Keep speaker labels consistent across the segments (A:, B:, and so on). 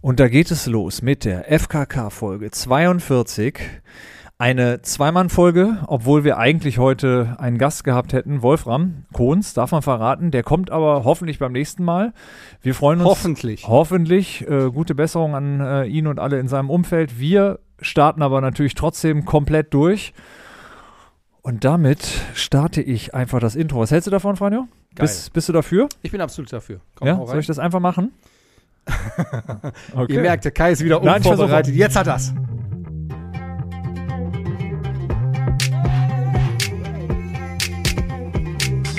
A: Und da geht es los mit der FKK-Folge 42. Eine Zweimann-Folge, obwohl wir eigentlich heute einen Gast gehabt hätten, Wolfram Kohns, darf man verraten. Der kommt aber hoffentlich beim nächsten Mal. Wir freuen uns.
B: Hoffentlich.
A: Hoffentlich. Äh, gute Besserung an äh, ihn und alle in seinem Umfeld. Wir starten aber natürlich trotzdem komplett durch. Und damit starte ich einfach das Intro. Was hältst du davon, Franjo?
B: Geil.
A: Bist, bist du dafür?
B: Ich bin absolut dafür.
A: ja?
B: hau rein.
A: Soll ich das einfach machen? okay.
B: Ihr merkt, der Kai ist wieder
A: Nein, ich versuch-
B: unvorbereitet. Jetzt hat er's.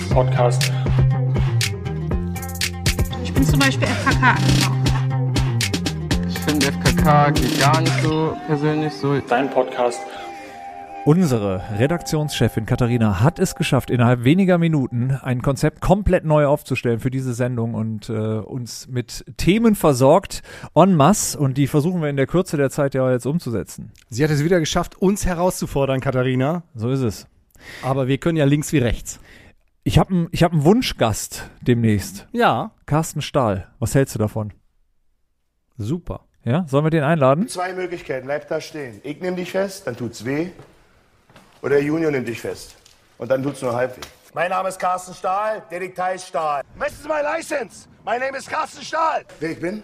C: Podcast.
D: Ich bin zum Beispiel FKK angekommen.
E: Ich finde FKK geht gar nicht so persönlich so.
C: Dein Podcast.
A: Unsere Redaktionschefin Katharina hat es geschafft, innerhalb weniger Minuten ein Konzept komplett neu aufzustellen für diese Sendung und äh, uns mit Themen versorgt en masse und die versuchen wir in der Kürze der Zeit ja jetzt umzusetzen.
B: Sie hat es wieder geschafft, uns herauszufordern, Katharina.
A: So ist es.
B: Aber wir können ja links wie rechts.
A: Ich habe einen hab n Wunschgast demnächst.
B: Ja,
A: Carsten Stahl. Was hältst du davon?
B: super.
A: Ja, sollen wir den einladen?
F: Zwei Möglichkeiten, bleib da stehen. Ich nehme dich fest, dann tut's weh. Oder der Junior nimmt dich fest. Und dann tut's nur halb weh. Mein Name ist Carsten Stahl, der Detail Stahl. This is my license. My name is Carsten Stahl. Wer ich bin?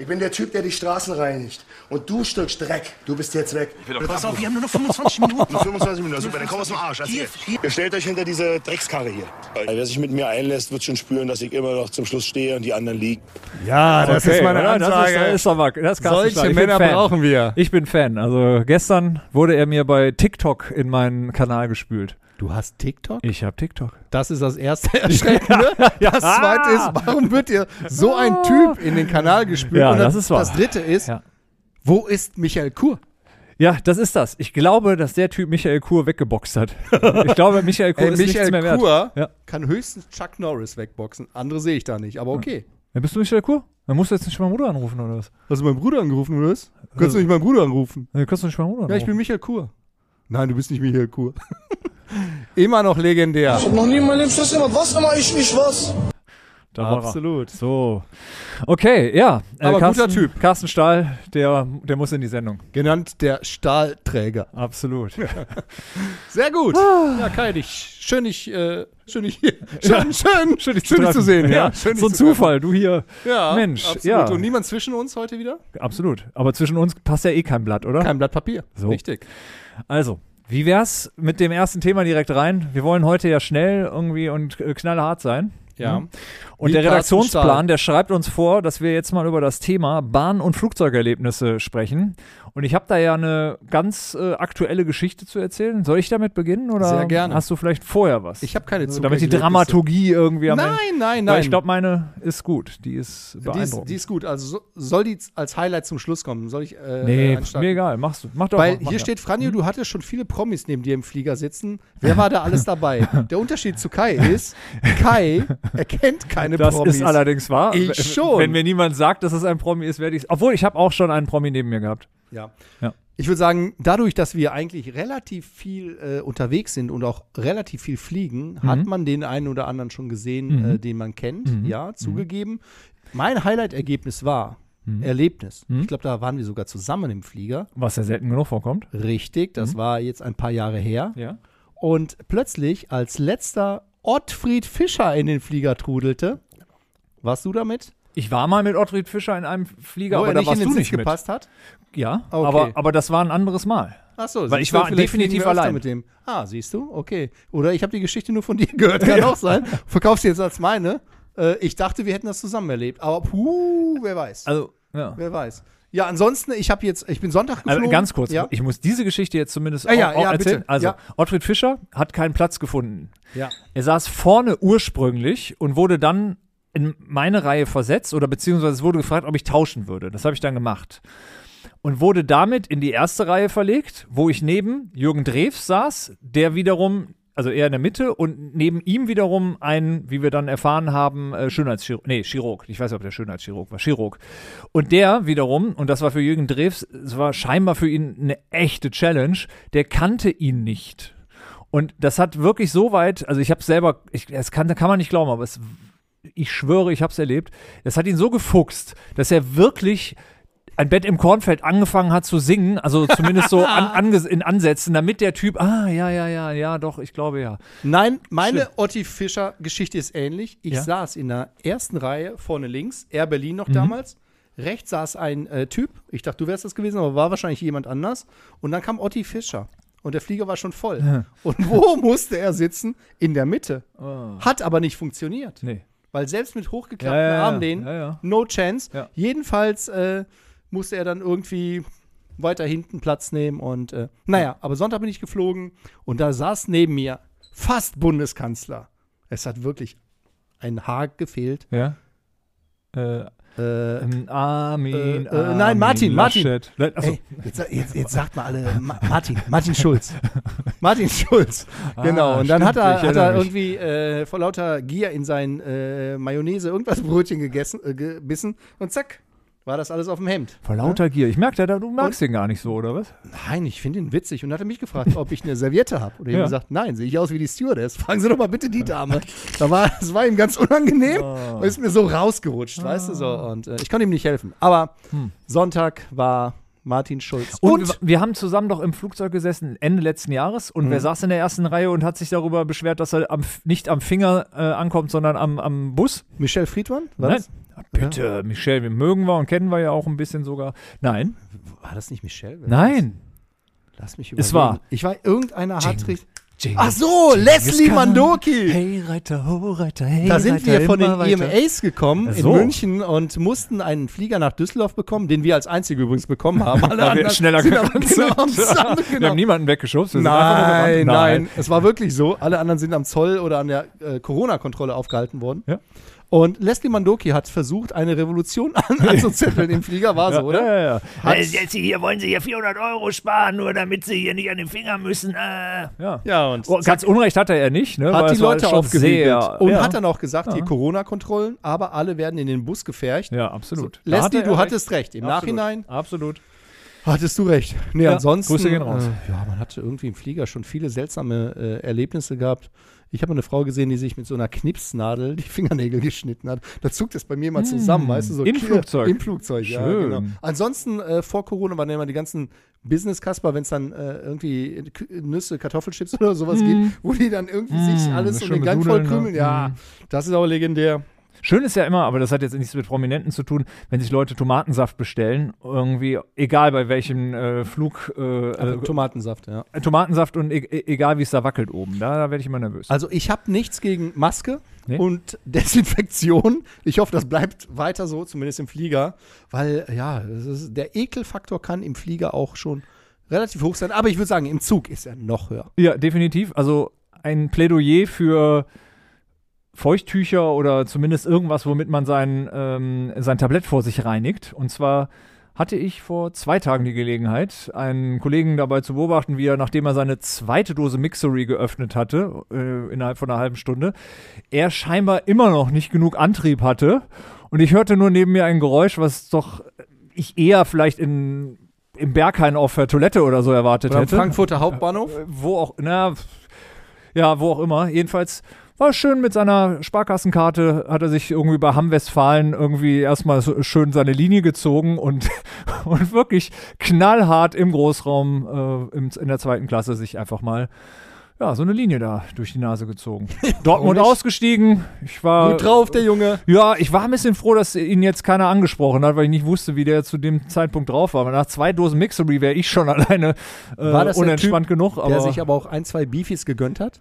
F: Ich bin der Typ, der die Straßen reinigt. Und du stückst Dreck. Du bist jetzt weg.
G: Pass auf, wir haben nur noch 25 Minuten.
F: Nur 25 Minuten, super, dann komm aus dem Arsch. Erzähl. Ihr stellt euch hinter diese Dreckskarre hier. Wer sich mit mir einlässt, wird schon spüren, dass ich immer noch zum Schluss stehe und die anderen liegen.
B: Ja, das ist meine
A: oder?
B: Ansage.
A: Das ist, das ist aber, das ist Carsten
B: Solche
A: Stahl. Ich bin
B: Männer
A: Fan.
B: brauchen wir.
A: Ich bin Fan. Also gestern wurde er mir bei TikTok in meinen Kanal gespült.
B: Du hast TikTok?
A: Ich habe TikTok.
B: Das ist das erste Erschreckende. Das
A: Ah!
B: zweite ist, warum wird dir so ein Typ in den Kanal gespült?
A: Ja,
B: Und
A: das ist wahr.
B: Das dritte ist,
A: Ja.
B: wo ist Michael Kur?
A: Ja, das ist das. Ich glaube, dass der Typ Michael Kur weggeboxt hat. Ich glaube, Michael Kur
B: Ey,
A: ist nichts
B: Äh, Michael
A: mehr wert.
B: Kur
A: Ja.
B: kann höchstens Chuck Norris wegboxen. Andere sehe ich da nicht, aber okay.
A: Ja, bist du Michael Kur? Dann musst du jetzt nicht Schmamudo anrufen oder was?
B: Hast du meinen Bruder angerufen, oder was? Könntest du nicht meinen Bruder anrufen?
A: Dann kannst du nicht Schmamudo anrufen.
B: Äh. Ja, ich bin Michael Kur. Nein, du bist nicht Michael Kur. Immer noch legendär.
G: Noch nie in meinem Leben Stress gemacht. Was immer ich, ich was?
A: da war er. So. Okay, ja. Äh,
B: Aber guter
A: Carsten,
B: Typ.
A: Carsten Stahl, der, der muss in die Sendung.
B: Genannt der Stahlträger.
A: Absolut.
B: Sehr gut. Ja, Kai, dich. Schön, dich, äh, schön, dich hier. Schön, schön, schön, dich schön dich zu sehen. Ja, schön, dich
A: so ein
B: zu treffen.
A: Zufall, du hier.
B: Ja,
A: Mensch,
B: absolut.
A: ja.
B: Und niemand zwischen uns heute wieder?
A: Absolut. Aber zwischen uns passt ja eh kein Blatt, oder?
B: Kein Blatt Papier.
A: So.
B: Richtig.
A: Also, wie wär's mit dem ersten Thema direkt rein? Wir wollen heute ja schnell irgendwie und äh, knallhart sein.
B: Ja.
A: Und
B: Wie
A: der
B: Carsten Stahl.
A: Redaktionsplan, der schreibt uns vor, dass wir jetzt mal über das Thema Bahn- und Flugzeugerlebnisse sprechen. Und ich habe da ja eine ganz äh, aktuelle Geschichte zu erzählen. Soll ich damit beginnen oder
B: Sehr gerne.
A: hast du vielleicht vorher was?
B: Ich habe keine
A: also, damit die
B: Zuckererlebnisse.
A: Dramaturgie irgendwie am Ende.
B: Nein, nein,
A: Weil
B: nein.
A: ich glaube, meine ist gut. Die ist
B: die ist,
A: beeindruckend.
B: die ist gut. Also so, soll die als Highlight zum Schluss kommen? Soll ich äh,
A: nee, pf,
B: einstarten?
A: mir egal. Mach's, mach doch Mhm.
B: Weil
A: mach, mach,
B: hier
A: ja.
B: steht, Franjo, du hattest schon viele Promis neben dir im Flieger sitzen. Wer war da alles dabei? Der Unterschied zu Kai ist, Kai erkennt keine
A: Das
B: Promis.
A: ist allerdings wahr. W-
B: Ich
A: w-
B: schon.
A: Wenn mir niemand sagt, dass es ein Promi ist, werde ich es. Obwohl, ich habe auch schon einen Promi neben mir gehabt.
B: ja.
A: Ja.
B: Ich würde sagen, dadurch, dass wir eigentlich relativ viel äh, unterwegs sind und auch relativ viel fliegen, hat
A: Mhm.
B: man den einen oder anderen schon gesehen, äh, den man kennt.
A: Mhm.
B: Ja, zugegeben. Mein Highlight-Ergebnis war
A: Mhm.
B: Erlebnis. Ich glaube, da waren wir sogar zusammen im Flieger.
A: Was ja selten genug vorkommt.
B: Richtig, das
A: Mhm.
B: war jetzt ein paar Jahre her.
A: Ja.
B: Und plötzlich als letzter Ottfried Fischer in den Flieger trudelte. Warst du damit?
A: Ich war mal mit Ottfried Fischer in einem Flieger,
B: Wo
A: aber
B: er
A: da
B: nicht
A: warst
B: in
A: du
B: den Sitz
A: nicht
B: gepasst hat?
A: mit. Ja,
B: Okay.
A: aber, aber das war ein anderes Mal.
B: Achso,
A: Weil ich war definitiv allein.
B: mit dem. Ah, siehst du? Okay. Oder ich habe die Geschichte nur von dir gehört, kann auch sein. Verkaufst du jetzt als meine. Äh, ich dachte, wir hätten das zusammen erlebt, aber puh, wer weiß.
A: Also, ja.
B: wer weiß. Ja, ansonsten, ich habe jetzt ich bin Sonntag geflogen.
A: Also ganz kurz,
B: Ja.
A: ich muss diese Geschichte jetzt zumindest
B: Ah, ja, ja,
A: erzählen.
B: bitte.
A: Also,
B: Ja.
A: Ottfried Fischer hat keinen Platz gefunden.
B: ja.
A: Er saß vorne ursprünglich und wurde dann in meine Reihe versetzt oder beziehungsweise es wurde gefragt, ob ich tauschen würde. Das habe ich dann gemacht. Und wurde damit in die erste Reihe verlegt, wo ich neben Jürgen Drews saß, der wiederum, also er in der Mitte und neben ihm wiederum ein, wie wir dann erfahren haben, äh, Schönheitschirurg, nee, Chirurg, ich weiß nicht, ob der Schönheitschirurg war, Chirurg. Und der wiederum, und das war für Jürgen Drews, es war scheinbar für ihn eine echte Challenge, der kannte ihn nicht. Und das hat wirklich so weit, also ich habe selber, ich, das kann, kann man nicht glauben, aber es, ich schwöre, ich habe es erlebt. Das hat ihn so gefuchst, dass er wirklich ein Bett im Kornfeld angefangen hat zu singen, also zumindest so an, anges- in Ansätzen, damit der Typ, ah, ja, ja, ja, ja, doch, ich glaube ja.
B: Nein, meine Otti Fischer-Geschichte ist ähnlich. Ich
A: Ja.
B: saß in der ersten Reihe vorne links, Air Berlin noch damals. Rechts saß ein äh, Typ. Ich dachte, du wärst das gewesen, aber war wahrscheinlich jemand anders. Und dann kam Otti Fischer. Und der Flieger war schon voll. Und wo musste er sitzen? In der Mitte. Hat aber nicht funktioniert.
A: Nee.
B: Weil selbst mit hochgeklappten
A: Ja, ja, ja.
B: Armlehnen,
A: Ja, ja.
B: no chance.
A: Ja.
B: Jedenfalls äh, musste er dann irgendwie weiter hinten Platz nehmen und äh, naja, aber Sonntag bin ich geflogen und da saß neben mir fast Bundeskanzler. Es hat wirklich ein Haar gefehlt.
A: Ja. Äh,
B: Äh,
A: ähm, Armin,
B: Äh, äh,
A: Armin.
B: nein, Martin, Martin.
A: Laschet. Le- Achso.
B: ey, jetzt, jetzt, jetzt sagt mal alle Ma Martin, Martin Schulz. Martin Schulz. Genau. und dann
A: Ah, stimmt,
B: hat
A: ich
B: er, hat
A: erinnere
B: er
A: mich.
B: irgendwie äh, vor lauter Gier in sein äh, Mayonnaise irgendwas Brötchen gegessen, äh, gebissen und zack, war das alles auf dem Hemd.
A: Vor lauter Gier. Ich merke, da, du magst den gar nicht so, oder was?
B: Nein, ich finde ihn witzig und hat er mich gefragt, ob ich eine Serviette habe. Und ich
A: Ja.
B: habe gesagt, nein, sehe ich aus wie die Stewardess. Fragen Sie doch mal bitte die Dame. Da war, das war ihm ganz unangenehm
A: Ah.
B: und ist mir so rausgerutscht, weißt du so. Und äh, ich konnte ihm nicht helfen. Aber Sonntag war Martin Schulz.
A: Hm. wir, wir haben zusammen doch im Flugzeug gesessen, Ende letzten Jahres, und
B: Mhm.
A: wer saß in der ersten Reihe und hat sich darüber beschwert, dass er am, F- nicht am Finger äh, ankommt, sondern am, am Bus?
B: Michelle Friedmann? War
A: Nein.
B: das?
A: Ah, Bitte, Michelle, wir mögen wir und kennen wir ja auch ein bisschen sogar. Nein,
B: War das nicht Michelle? Wer
A: nein.
B: war das? Lass mich überlegen.
A: Es war-
B: Ich war irgendeiner Hartrich.
A: James-
B: Ach so, Leslie
A: Khan.
B: Mandoki.
A: Hey Reiter, ho Reiter, hey
B: Da sind
A: Reiter,
B: wir von den E
A: immer weiter.
B: EMAs gekommen
A: So.
B: in München und mussten einen Flieger nach Düsseldorf bekommen, den wir als Einzige übrigens bekommen haben. Alle
A: Weil wir
B: anderen
A: schneller
B: sind
A: gegangen
B: am- genau, am Sand,
A: sind. Wir
B: genau.
A: haben niemanden weggeschubst. wir sind einfach nur
B: Nein, nein,
A: gerannt.
B: Es war wirklich so. Alle anderen sind am Zoll oder an der äh, Corona-Kontrolle aufgehalten worden.
A: Ja.
B: Und Leslie Mandoki hat versucht, eine Revolution an- anzuzetteln im Flieger, war so, oder?
A: Ja, ja, ja.
B: Hat-
A: Äh, Jetzt hier wollen sie hier 400 Euro sparen, nur damit sie hier nicht an den Finger müssen. Äh. Ja.
B: Ja, und
A: Oh, ganz Unrecht hatte er nicht, ne?
B: hat
A: weil
B: die
A: es war
B: Leute
A: schon
B: aufgewiegelt
A: sehr-
B: und
A: ja.
B: hat dann auch gesagt, hier Corona-Kontrollen, aber alle werden in den Bus gefercht.
A: Ja, absolut. Da hatte
B: Leslie,
A: er
B: du
A: recht.
B: hattest recht. Im
A: Absolut.
B: Nachhinein
A: Absolut.
B: hattest du recht. Nee,
A: Ja,
B: ansonsten.
A: Grüße gehen raus.
B: Äh, ja, man hatte irgendwie im Flieger schon viele seltsame äh, Erlebnisse gehabt. Ich habe eine Frau gesehen, die sich mit so einer Knipsnadel die Fingernägel geschnitten hat. Da zuckt es bei mir mal zusammen, weißt du? So
A: Im
B: Kier-
A: Hm. Flugzeug.
B: Im Flugzeug, ja.
A: Schön.
B: Genau. Ansonsten, äh, vor Corona waren ja immer die ganzen Business-Kasper, wenn es dann äh, irgendwie K Nüsse, Kartoffelchips oder sowas gibt, wo die dann irgendwie sich alles
A: das
B: so den
A: Hm. schöne
B: Gang voll
A: Dudeln, ne?
B: krümeln. Ja, das ist aber legendär.
A: Schön ist ja immer, aber das hat jetzt nichts mit Prominenten zu tun, wenn sich Leute Tomatensaft bestellen, irgendwie, egal bei welchem äh, Flug, äh, äh,
B: Tomatensaft, ja.
A: Tomatensaft und e e- egal wie es da wackelt oben, da, da werde ich immer nervös.
B: Also ich habe nichts gegen Maske
A: Nee.
B: und Desinfektion. Ich hoffe, das bleibt weiter so, zumindest im Flieger, weil ja, es ist, der Ekelfaktor kann im Flieger auch schon relativ hoch sein. Aber ich würde sagen, im Zug ist er noch höher.
A: Ja, definitiv. Also ein Plädoyer für Feuchttücher oder zumindest irgendwas, womit man sein, ähm, sein Tablett vor sich reinigt. Und zwar hatte ich vor zwei Tagen die Gelegenheit, einen Kollegen dabei zu beobachten, wie er, nachdem er seine zweite Dose Mixery geöffnet hatte, äh, innerhalb von einer halben Stunde, er scheinbar immer noch nicht genug Antrieb hatte. Und ich hörte nur neben mir ein Geräusch, was doch ich eher vielleicht in, im Berghain auf der Toilette oder so erwartet
B: Oder am
A: hätte
B: Frankfurter Hauptbahnhof.
A: wo auch, na, pf, ja, wo auch immer. Jedenfalls war schön mit seiner Sparkassenkarte, hat er sich irgendwie bei Hamm-Westfalen irgendwie erstmal so schön seine Linie gezogen und, und wirklich knallhart im Großraum äh, im, in der zweiten Klasse sich einfach mal, ja, so eine Linie da durch die Nase gezogen. Dortmund
B: nicht?
A: ausgestiegen, ich war...
B: Gut drauf, der Junge.
A: Ja, ich war ein bisschen froh, dass ihn jetzt keiner angesprochen hat, weil ich nicht wusste, wie der zu dem Zeitpunkt drauf war. Aber nach zwei Dosen Mixery wäre ich schon alleine äh,
B: War das der
A: unentspannt genug. Aber
B: der sich aber auch ein, zwei Beefies gegönnt hat.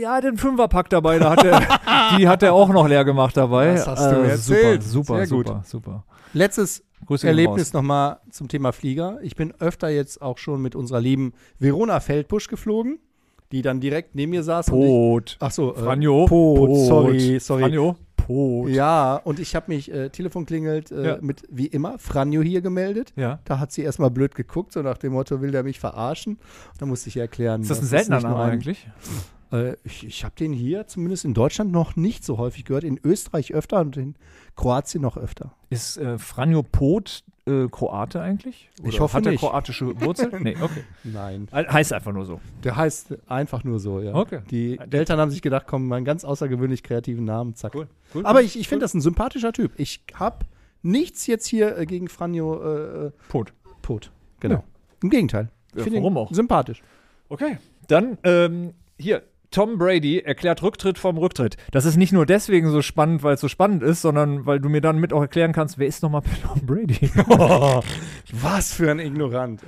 A: ja, den Fünferpack dabei, da hat er, die hat er auch noch leer gemacht dabei. Äh,
B: Das hast du mir erzählt.
A: Super, super,
B: Sehr gut.
A: super, super.
B: Letztes
A: Grüße gehen
B: Erlebnis
A: raus.
B: nochmal zum Thema Flieger. Ich bin öfter jetzt auch schon mit unserer lieben Verona Feldbusch geflogen, die dann direkt neben mir saß. und ich-
A: Pot.
B: Ach so, äh,
A: Franjo.
B: Pot, sorry, sorry.
A: Franjo. Pot.
B: Ja, und ich habe mich, äh, Telefon klingelt, äh,
A: Ja.
B: mit wie immer Franjo hier gemeldet.
A: Ja.
B: Da hat sie erstmal blöd geguckt, so nach dem Motto, will der mich verarschen? Und da musste ich ihr erklären.
A: Ist das ein
B: dass
A: seltener
B: nicht nur
A: Name
B: ein-
A: eigentlich?
B: Äh, ich ich habe den hier zumindest in Deutschland noch nicht so häufig gehört, in Österreich öfter und in Kroatien noch öfter.
A: Ist äh, Franjo Pot äh, Kroate eigentlich? Oder
B: Ich hoffe
A: hat
B: nicht.
A: er kroatische Wurzeln? nee, okay.
B: Nein.
A: Heißt einfach nur so.
B: Der heißt einfach nur so, ja.
A: Okay.
B: Die Eltern haben sich gedacht, komm, mal einen ganz außergewöhnlich kreativen Namen, zack.
A: Cool, cool,
B: Aber ich, ich finde das ein sympathischer Typ. Ich habe nichts jetzt hier äh, gegen Franjo äh, äh,
A: Pot.
B: Pot. Genau. Im Gegenteil. Ich find ihn
A: warum auch?
B: Sympathisch.
A: Okay. Dann ähm, hier. Tom Brady erklärt Rücktritt vom Rücktritt. Das ist nicht nur deswegen so spannend, weil es so spannend ist, sondern weil du mir dann mit auch erklären kannst, wer ist nochmal Tom Brady?
B: Was für ein Ignorant.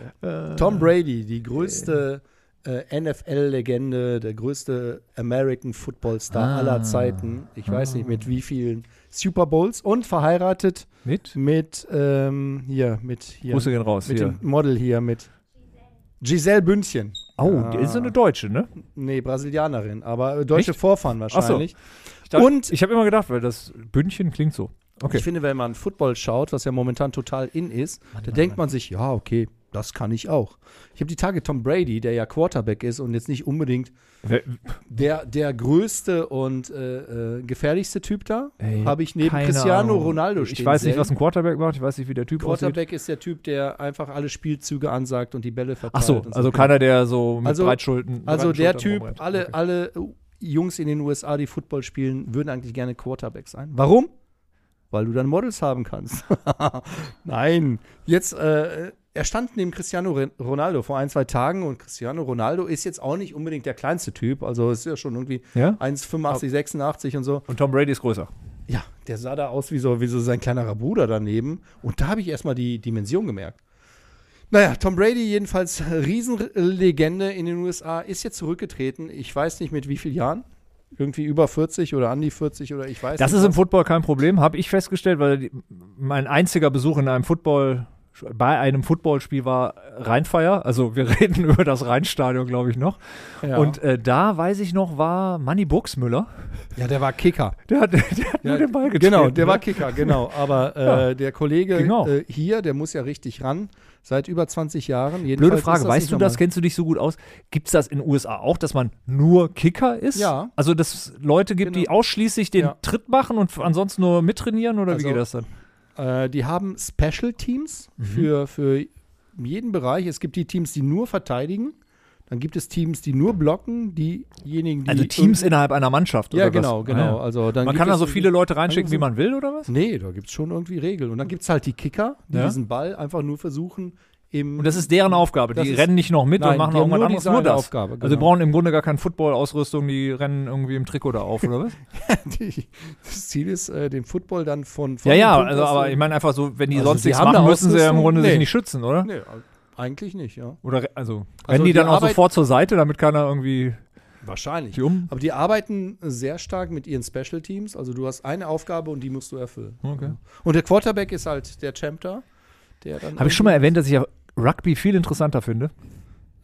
B: Tom Brady, die größte äh, NFL-Legende, der größte American Football
A: Ah.
B: Star aller Zeiten. Ich weiß nicht mit wie vielen Super Bowls und verheiratet
A: mit?
B: mit ähm, hier mit hier
A: Grüße gehen raus.
B: mit
A: hier.
B: dem Model hier mit Giselle Bündchen.
A: Oh, die ist so eine Deutsche, ne?
B: Nee, Brasilianerin, aber äh, deutsche
A: Echt?
B: Vorfahren wahrscheinlich.
A: Ich dachte-
B: Und-
A: ich habe immer gedacht, weil das Bündchen klingt so. Okay.
B: Ich finde, wenn man Football schaut, was ja momentan total in ist, da denkt man sich, ja, okay, das kann ich auch. Ich habe die Tage Tom Brady, der ja Quarterback ist und jetzt nicht unbedingt
A: Wer-
B: der, der größte und äh, äh, gefährlichste Typ da,
A: Ey,
B: habe ich neben
A: keine
B: Cristiano
A: Ahnung.
B: Ronaldo stehen.
A: Ich weiß nicht,
B: sehen.
A: was ein Quarterback macht, ich weiß nicht, wie der Typ aussieht.
B: Quarterback ist der Typ, der einfach alle Spielzüge ansagt und die Bälle verteilt.
A: Ach so,
B: und
A: also keiner, der so mit
B: Also-
A: Breitschulden.
B: Also der
A: Breitschultern
B: Typ,
A: rumrennt.
B: alle,
A: Okay.
B: alle äh, Jungs in den USA, die Football spielen, würden eigentlich gerne Quarterback sein. Warum? Weil du dann Models haben kannst. Nein. Jetzt, äh, er stand neben Cristiano Re- Ronaldo vor ein, zwei Tagen und Cristiano Ronaldo ist jetzt auch nicht unbedingt der kleinste Typ. Also ist ja schon irgendwie
A: Ja?
B: 1,85, 86 und so.
A: Und Tom Brady ist größer.
B: Ja, der sah da aus wie so, wie so sein kleinerer Bruder daneben. Und da habe ich erstmal die Dimension gemerkt. Naja, Tom Brady jedenfalls Riesenlegende in den USA, ist jetzt zurückgetreten. Ich weiß nicht mit wie vielen Jahren. Irgendwie über 40 oder an die 40 oder ich weiß
A: Das
B: nicht.
A: ist im Football kein Problem, habe ich festgestellt, weil die, mein einziger Besuch in einem Football bei einem Footballspiel war Rheinfeier. Also wir reden über das Rheinstadion, glaube ich, noch.
B: ja.
A: Und äh, da weiß ich noch, war Manny Buxmüller.
B: ja, der war Kicker.
A: Der hat, der hat nur den Ball getreten.
B: Genau, der
A: ne? Genau.
B: war Kicker, genau. Aber äh, der Kollege
A: Ging auch.
B: äh, hier, der muss ja richtig ran. Seit über 20 Jahren.
A: Blöde
B: Jedenfalls ist
A: Frage, weißt
B: nicht
A: du das?
B: normal.
A: Kennst du dich so gut aus? Gibt es das in den USA auch, dass man nur Kicker ist?
B: Ja. Genau.
A: Also, dass es Leute gibt, die ausschließlich den
B: Ja.
A: Tritt machen und f- ansonsten nur mittrainieren? Oder
B: Also-
A: wie geht das dann?
B: Äh, die haben Special Teams
A: Mhm.
B: für, für jeden Bereich. Es gibt die Teams, die nur verteidigen. Dann gibt es Teams, die nur blocken. Diejenigen, die.
A: Also, Teams innerhalb einer Mannschaft?
B: Ja,
A: oder was?
B: genau,
A: Ah,
B: genau.
A: ja.
B: Also, dann
A: Man
B: gibt
A: kann
B: es
A: da so viele Leute
B: dann
A: reinschicken, wie
B: gibt's-
A: man will, oder was?
B: Nee, da gibt es schon irgendwie Regeln. Und dann gibt es halt die Kicker, die
A: Ja.
B: diesen Ball einfach nur versuchen, im.
A: Und das ist deren Aufgabe.
B: Das
A: Die
B: ist-
A: rennen nicht noch mit und
B: Nein,
A: machen
B: die
A: noch
B: haben
A: irgendwas anderes.
B: nur diese
A: Nur
B: eine
A: das.
B: Aufgabe,
A: Also, die
B: genau.
A: brauchen im Grunde gar keine Football-Ausrüstung. Die rennen irgendwie im Trikot da auf, oder was?
B: die, das Ziel ist, äh, den Football dann von. von
A: ja,
B: dem
A: ja.
B: Punkt
A: Also,
B: aus-
A: aber ich meine einfach so, wenn die
B: Also
A: sonst
B: sie
A: nichts
B: haben
A: machen,
B: da
A: müssen sie ja im
B: Ausrüstung?
A: Grunde sich
B: Nee.
A: nicht schützen, oder?
B: Nee, eigentlich nicht, ja.
A: Oder re- also,
B: Also
A: rennen die
B: die
A: dann auch
B: Arbeit-
A: sofort zur Seite, damit keiner irgendwie
B: Wahrscheinlich.
A: die um.
B: Aber die arbeiten sehr stark mit ihren Special Teams. Also du hast eine Aufgabe und die musst du erfüllen.
A: Okay.
B: Und der Quarterback ist halt der Champ da. Der dann
A: Habe ich schon mal erwähnt, dass ich ja Rugby viel interessanter finde?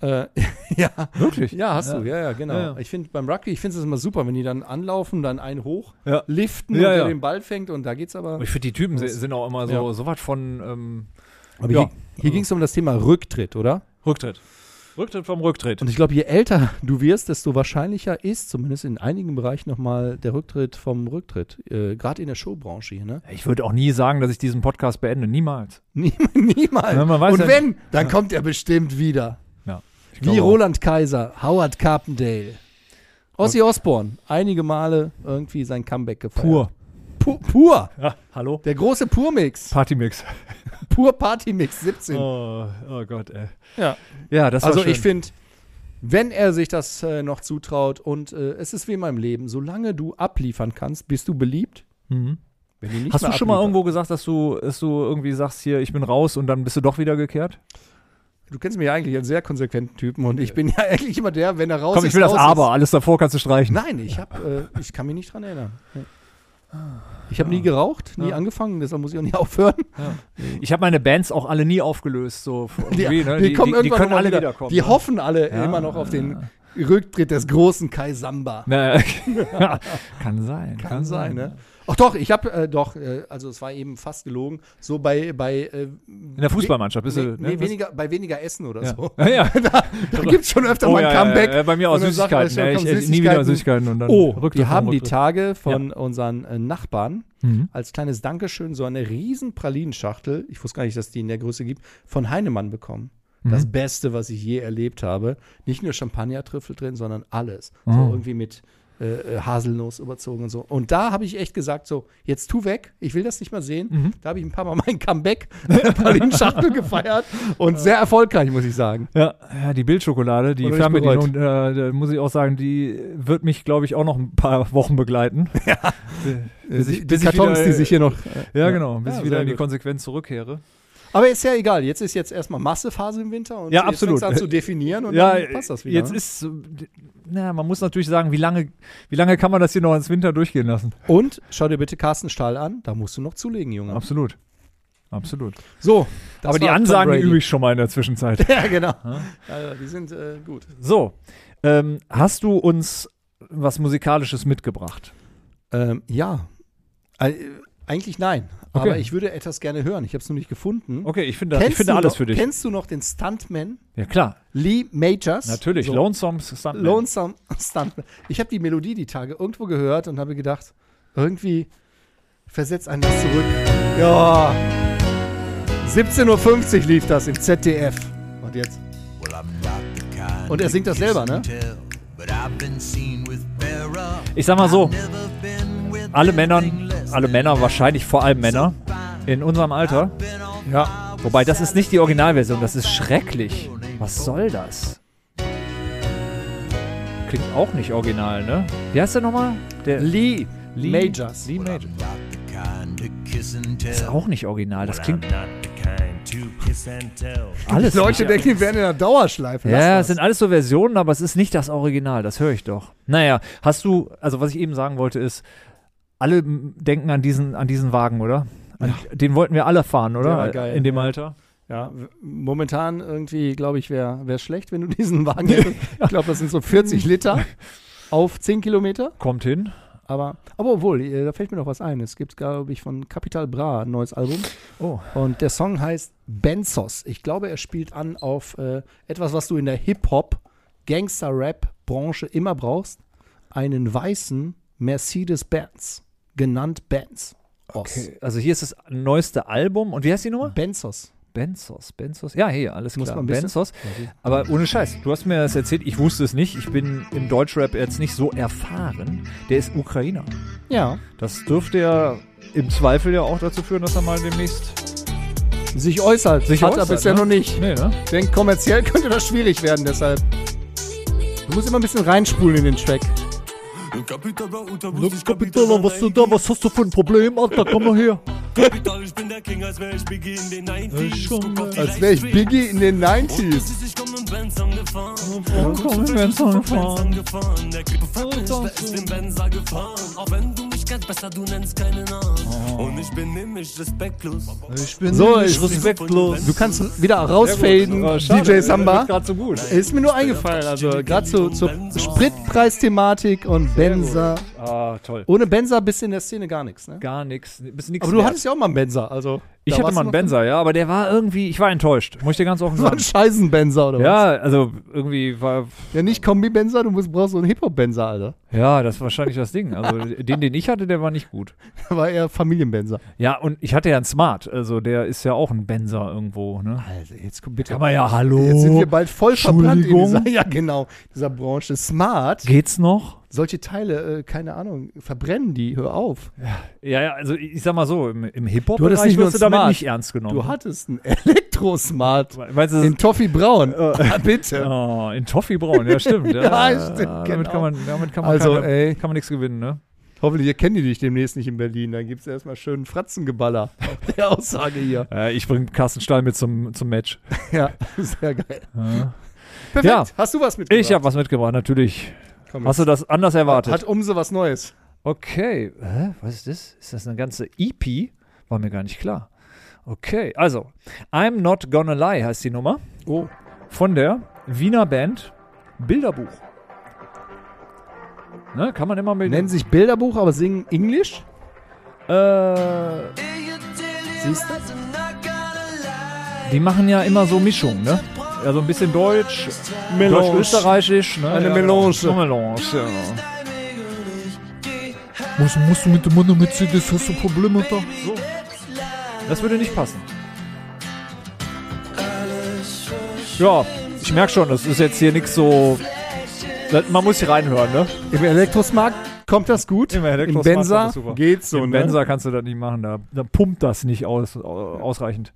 B: Äh, ja,
A: Wirklich?
B: ja, hast du. Ja, ja, genau.
A: Ja, ja.
B: Ich finde beim Rugby, ich finde es immer super, wenn die dann anlaufen, dann einen hoch,
A: Ja.
B: liften
A: Ja,
B: und
A: ja.
B: der den Ball fängt und da geht's aber.
A: Ich finde, die Typen se-
B: Das-
A: sind auch immer so,
B: ja.
A: so was von ähm,
B: aber
A: ja.
B: hier, hier ging es um das Thema Rücktritt, oder?
A: Rücktritt. Rücktritt vom Rücktritt.
B: Und ich glaube, je älter du wirst, desto wahrscheinlicher ist zumindest in einigen Bereichen nochmal der Rücktritt vom Rücktritt. Äh, Gerade in der Showbranche hier, ne?
A: Ich würde auch nie sagen, dass ich diesen Podcast beende. Niemals.
B: Nie- Niemals.
A: Ja, man weiß
B: und
A: ja-
B: wenn, dann kommt er bestimmt wieder.
A: Ja. Ich
B: Wie
A: glaube auch.
B: Roland Kaiser, Howard Carpendale, Ozzy Osbourne, einige Male irgendwie sein Comeback gefeiert.
A: Pur.
B: Pur. Pur.
A: Ja, hallo?
B: Der große Pur-Mix.
A: Partymix.
B: Pur Party-Mix 17.
A: Oh, oh Gott, ey.
B: Ja.
A: Ja, das war
B: Also
A: schön.
B: ich finde, wenn er sich das äh, noch zutraut und äh, es ist wie in meinem Leben, solange du abliefern kannst, bist du beliebt.
A: Mhm.
B: Wenn du nicht
A: Hast du
B: mehr
A: schon mal
B: ablieferst-
A: irgendwo gesagt, dass du, dass du irgendwie sagst, hier, ich bin raus und dann bist du doch wieder gekehrt?
B: Du kennst mich ja eigentlich als sehr konsequenten Typen und ich bin ja eigentlich immer der, wenn er raus
A: Äh. Komm,
B: ist,
A: ich will das
B: raus
A: Aber. Alles davor kannst du
B: Ist.
A: streichen.
B: Nein, ich hab, äh, ich kann mich nicht dran erinnern. Nee.
A: Ah.
B: Ich habe nie geraucht, nie angefangen, deshalb muss ich auch nie aufhören.
A: Ich habe meine Bands auch alle nie aufgelöst. So irgendwie, ne? können
B: mal
A: alle
B: wieder.
A: wiederkommen.
B: Die
A: ne?
B: hoffen alle immer noch auf den Rücktritt des großen Kai Samba.
A: Na, ja, kann sein.
B: Kann sein, ne? Ach doch, ich habe äh, doch, äh, also es war eben fast gelogen, so bei bei äh,
A: In der Fußballmannschaft bist
B: nee,
A: du.
B: nee,
A: ne,
B: weniger bei weniger Essen oder
A: was?
B: so.
A: Ja. Ja, ja.
B: Da gibt's schon öfter
A: Oh,
B: mal ein
A: ja, ja,
B: Comeback.
A: ja, bei mir auch
B: Und dann sagt man
A: Süßigkeiten.
B: schon,
A: ne? ich
B: komm,
A: esse nie wieder
B: Süßigkeiten.
A: Süßigkeiten und dann
B: Oh,
A: Rücktritt
B: wir haben
A: vom
B: die
A: Rücktritt.
B: Tage von unseren äh, Nachbarn
A: Mhm.
B: als kleines Dankeschön so eine riesen Pralinenschachtel, ich wusste gar nicht, dass die in der Größe gibt, von Heinemann bekommen.
A: Mhm.
B: Das
A: Mhm.
B: Beste, was ich je erlebt habe. Nicht nur Champagner-Trüffel drin, sondern alles. So irgendwie mit äh, äh, Haselnuss überzogen und so. Und da habe ich echt gesagt, so, jetzt tu weg, ich will das nicht mehr sehen.
A: Mhm.
B: Da habe ich ein paar Mal mein Comeback bei den Schachtel gefeiert und sehr erfolgreich, muss ich sagen.
A: Ja, ja, die Bildschokolade, die
B: Oder nicht
A: Fernbedienung, äh, da muss ich auch sagen, die wird mich, glaube ich, auch noch ein paar Wochen begleiten. Ja, bis ich,
B: die
A: bis ich
B: Kartons,
A: wieder,
B: die sich hier noch.
A: Ja, genau, bis
B: Ja,
A: ich wieder
B: sehr
A: in die
B: gut.
A: Konsequenz zurückkehre.
B: äh, Aber ist ja egal, jetzt ist jetzt erstmal Massephase im Winter und
A: Ja,
B: jetzt
A: absolut.
B: fängt's an zu definieren und
A: ja,
B: dann passt das wieder.
A: jetzt
B: ne?
A: ist, so- na, man muss natürlich sagen, wie lange, wie lange kann man das hier noch ins Winter durchgehen lassen?
B: Und schau dir bitte Carsten Stahl an, da musst du noch zulegen, Junge.
A: Absolut. Absolut.
B: So, das
A: Aber die
B: war Tom
A: Ansagen
B: Brady.
A: übe ich schon mal in der Zwischenzeit.
B: Ja, genau. Also, die sind äh, gut.
A: So, ähm, hast du uns was Musikalisches mitgebracht?
B: Ähm, ja, Äh, eigentlich nein. Aber ich würde etwas gerne hören. Ich habe es noch nicht gefunden.
A: Okay, ich finde, ich finde
B: du
A: alles
B: noch,
A: für dich.
B: Kennst du noch den Stuntman
A: Ja, klar,
B: Lee Majors?
A: natürlich.
B: So,
A: Lone Songs Stuntman.
B: Lonesome Stuntman. Ich habe die Melodie die Tage irgendwo gehört und habe gedacht, irgendwie versetzt einen das zurück. Ja. 17.50 Uhr lief das im ZDF. Und jetzt. Und er singt das selber, ne?
A: Ich sag mal so, alle Männern, alle Männer, wahrscheinlich vor allem Männer in unserem Alter. Ja. Wobei, das ist nicht die Originalversion, das ist schrecklich. Was soll das? Klingt auch nicht original, ne? Wie heißt der nochmal? Der
B: Lee,
A: Lee-
B: Majors.
A: Lee Majors. Ist auch nicht original, das klingt alles
B: Leute
A: nicht-
B: denken, die werden in der Dauerschleife. Lass
A: Ja,
B: das.
A: es sind alles so Versionen, aber es ist nicht das Original, das höre ich doch. Naja, hast du, also was ich eben sagen wollte ist, alle m, denken an diesen, an diesen Wagen, oder? An, Den wollten wir alle fahren,
B: Der
A: oder?
B: war geil,
A: In dem Alter.
B: Ja, w- momentan irgendwie, glaube ich, wäre wär schlecht, wenn du diesen Wagen hättest. Ich glaube, das sind so 40 Liter auf 10 Kilometer.
A: Kommt hin.
B: Aber, aber obwohl, äh, da fällt mir noch was ein. Es gibt, glaube ich, von Capital Bra ein neues Album.
A: Oh.
B: Und der Song heißt Benzos. Ich glaube, er spielt an auf äh, etwas, was du in der Hip-Hop, Gangster-Rap-Branche immer brauchst. Einen weißen Mercedes-Benz, genannt Benz. Okay.
A: Also hier ist das neueste Album und wie heißt die Nummer?
B: Benzos.
A: Benzos, Benzos. Ja, hier, alles
B: Muss
A: klar.
B: man ein bisschen-
A: Benzos. Aber ohne Scheiß, du hast mir das erzählt, ich wusste es nicht. Ich bin im Deutschrap jetzt nicht so erfahren. Der ist Ukrainer.
B: Ja,
A: Das dürfte ja im Zweifel ja auch dazu führen, dass er mal demnächst
B: sich äußert.
A: Sich
B: Hat
A: äußert,
B: er bisher
A: ne?
B: noch nicht.
A: Nee, ne?
B: Denn kommerziell könnte das schwierig werden, deshalb. Du musst immer ein bisschen reinspulen in den Track.
A: Nix, Kapitän, was du da, was hast du für ein Problem, Alter, komm mal her.
H: ich bin der King, als wäre ich Biggie in den 90s. Guck auf die
B: Als wäre ich Biggie in den 90s.
H: Lichtis, ich komm in Benz angefahren.
A: Komm, wir werden Song
H: Benz
A: fahren.
H: angefahren. Der Grippe verpisst, wer ist den Benzer gefahren? Auch wenn du mich kennst, besser du nennst keinen Namen. Und ich bin nämlich respektlos.
A: Ich bin
B: So,
A: nicht
B: ich-
A: respektlos.
B: Du kannst wieder
A: Oh,
B: rausfaden, DJ Samba.
A: Gerade so gut.
B: Ist mir nur eingefallen, also gerade so, zur Spritpreisthematik und Benzer.
A: Ah, toll.
B: Ohne Benzer bist du in der Szene gar nichts, ne?
A: Gar nichts. Bist nix
B: Aber du
A: wert.
B: hattest ja auch mal einen Benzer, also.
A: ich
B: da
A: hatte
B: warst
A: mal einen
B: du noch-
A: Benzer, ja, aber der war irgendwie, ich war enttäuscht. Muss ich dir ganz offen
B: Das war
A: sagen.
B: ein Scheißen-Benzer oder was?
A: Ja, also irgendwie war,
B: Ja, nicht Kombi-Benzer, du musst, brauchst so einen Hip-Hop-Benzer, Alter.
A: ja, das ist wahrscheinlich das Ding. Also den, den ich hatte, der war nicht gut.
B: War eher Familienbenzer.
A: Ja, und ich hatte ja einen Smart, also der ist ja auch ein Benzer irgendwo, ne?
B: Also, jetzt komm bitte.
A: Kann man ja, hallo.
B: Jetzt sind wir bald voll verbrannt in
A: Oh. Entschuldigung.
B: dieser, ja genau, dieser Branche. Smart,
A: Geht's noch?
B: solche Teile, äh, keine Ahnung, verbrennen die, hör auf.
A: Ja, ja, also ich ich sag mal so, im, im Hip-Hop
B: Du hattest nicht nur
A: wirst du damit
B: Smart.
A: nicht ernst genommen.
B: Du hattest einen Elektrosmart
A: Weißt du, das
B: in
A: ist,
B: Toffee Braun. Ah, bitte.
A: oh, in Toffee Braun, ja stimmt.
B: Ja, stimmt,
A: Damit
B: genau.
A: kann man, damit kann man,
B: Also,
A: keine,
B: ey.
A: kann man nichts gewinnen, ne?
B: Hoffentlich erkennen die dich demnächst nicht in Berlin. Dann gibt es erstmal schönen Fratzengeballer. Auf der Aussage hier.
A: Äh, ich bringe Carsten Stahl mit zum, zum Match.
B: Ja, sehr geil. Perfekt.
A: Ja.
B: Hast du was mitgebracht?
A: Ich habe was mitgebracht, natürlich.
B: Komm
A: Hast du
B: jetzt.
A: das anders erwartet?
B: Hat Umse was Neues.
A: okay, Hä? was ist das? Ist das eine ganze EP? War mir gar nicht klar. Okay, also, I'm Not Gonna Lie heißt die Nummer.
B: Oh.
A: von der Wiener Band Bilderbuch. Ne, kann man immer mit.
B: Nennen sich Bilderbuch, aber singen Englisch?
A: äh,
B: Siehst du?
A: die machen ja immer so Mischungen, ne? Ja, so ein bisschen Deutsch, Deutsch-Österreichisch, ne?
B: Eine
A: ja,
B: Melange.
A: So Melange, ja.
I: Was musst du mit dem Mann mit das hast du Probleme da?
A: So. Das würde nicht passen. Ja, ich merke schon, das ist jetzt hier nichts so Man muss hier reinhören, ne?
B: Im Elektrosmarkt kommt das gut.
A: Im Elektrosmarkt kommt
B: Benza
A: das super.
B: geht's so.
A: Im
B: ne?
A: Benzer kannst du das nicht machen, da, da pumpt das nicht aus, au- ausreichend.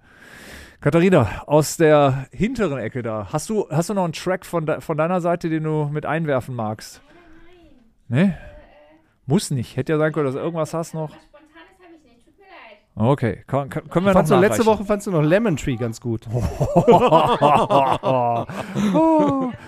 A: Katharina, aus der hinteren Ecke da, hast du, hast du noch einen Track von, de, von deiner Seite, den du mit einwerfen magst? Ne? Muss nicht. Hätte ja sein können, dass du irgendwas hast noch. Okay, kann, kann, können wir noch
B: Fandst du letzte
A: nachreichen.
B: Woche fandst du noch Lemon Tree ganz gut.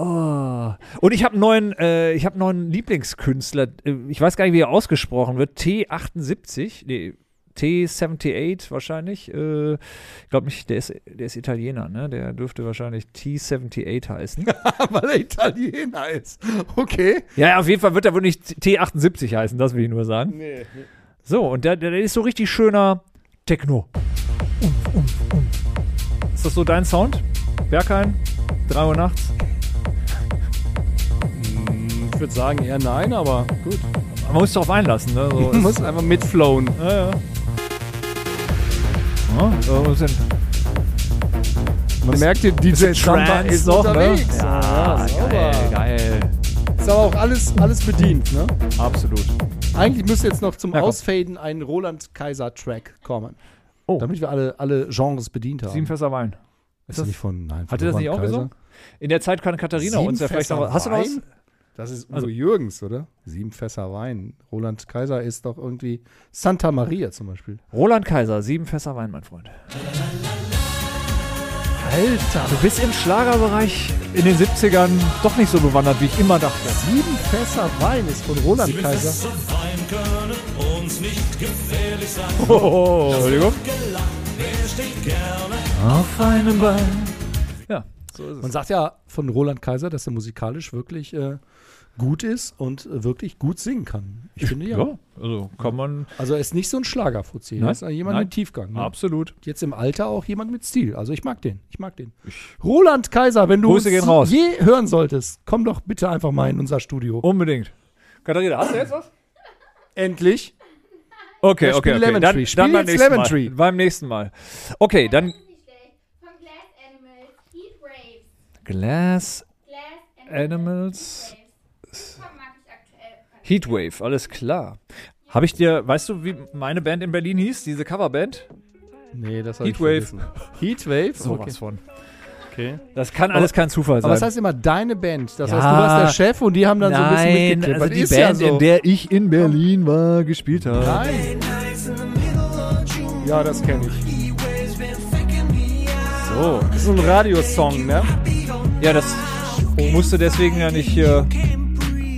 A: Oh. Und ich habe einen neuen, äh, ich habe einen neuen Lieblingskünstler. Äh, Ich weiß gar nicht, wie er ausgesprochen wird. T78, nee, T78 wahrscheinlich. Äh, ich glaube nicht, der ist, der ist Italiener, ne? Der dürfte wahrscheinlich T78 heißen.
B: Weil er Italiener ist. Okay.
A: ja, ja, auf jeden Fall wird er wohl nicht T78 heißen, das will ich nur sagen. So, und der, der ist so richtig schöner Techno. Ist das so dein Sound? Berghain? 3 Uhr nachts?
B: Ich würde sagen eher nein, aber gut.
A: Man muss sich drauf einlassen, ne? So,
B: Du musst einfach mitflown.
A: Ja, ja. Ja, ne? so ein bisschen
B: Man merkt, den DJ Samba
A: Trance
B: ist
A: noch, ne?
B: unterwegs.
A: Ja, Ah, geil, geil.
B: Ist aber auch alles, alles bedient, ne?
A: Absolut.
B: Eigentlich müsste jetzt noch zum
A: Ja, komm.
B: Ausfaden ein Roland Kaiser Track kommen.
A: Oh.
B: Damit wir alle, alle Genres bedient haben.
A: Sieben Fässer Wein.
B: ist das nicht von, nein, von
A: Hat ihr das
B: Roland
A: nicht auch
B: Kaiser?
A: gesungen? In der Zeit kann Katharina
B: Sieben
A: uns ja vielleicht
B: Fässer
A: noch was. Hast du noch was?
B: Wein? Das ist also Jürgens, oder? Sieben Fässer Wein. Roland Kaiser ist doch irgendwie Santa Maria zum Beispiel.
A: Roland Kaiser, sieben Fässer Wein, mein Freund.
B: Alter,
A: Du bist im Schlagerbereich in den 70ern doch nicht so bewandert, wie ich immer dachte.
B: sieben Fässer Wein ist von Roland Kaiser.
A: Oh, Entschuldigung. Auf einem Bein. Ja, so ist es.
B: Man sagt ja von Roland Kaiser, dass er musikalisch wirklich äh, gut ist und äh, wirklich gut singen kann. Ich finde ja.
A: Ja, also kann man.
B: Also er ist nicht so ein Schlagerfuzzi. Er
A: Nein,
B: ist jemand
A: nein.
B: mit Tiefgang. Ne?
A: Absolut.
B: Jetzt im Alter auch jemand mit Stil. Also ich mag den. Ich mag den. Roland Kaiser, wenn du
A: Grüße gehen raus. Oh,
B: je hören solltest, komm doch bitte einfach mal in unser Studio.
A: Unbedingt. Katharina, hast du jetzt was?
B: Endlich.
A: Okay,
B: Ja,
A: okay,
B: spiel
A: okay.
B: Lemon
A: dann,
B: Tree.
A: dann
B: Spiel
A: beim
B: jetzt
A: nächsten
B: Lemon
A: Mal.
B: Tree.
A: Beim nächsten Mal. Okay, dann
J: Nicht schlecht. Von Glass Animals, Heat Waves.
A: Glass
J: Glass
A: Animals
J: Waves. Super mag ich aktuell.
A: Heatwave, alles klar. Habe ich dir, weißt du, wie meine Band in Berlin hieß, diese Coverband?
B: Nee, das hab
A: Heatwave.
B: ich vergessen. Heatwave?
A: Sowas
B: okay.
A: von.
B: okay.
A: Das kann alles kein Zufall sein.
B: Aber es heißt immer deine Band. Das
A: Ja.
B: heißt, du warst der Chef und die haben dann so ein bisschen
A: Nein,
B: mitgekriegt.
A: also die Band, in der ich in Berlin war, gespielt habe.
B: Nein. Ja, das kenne ich.
A: So.
B: Das ist so ein Radiosong, ne?
A: Ja, das musst du deswegen ja nicht äh,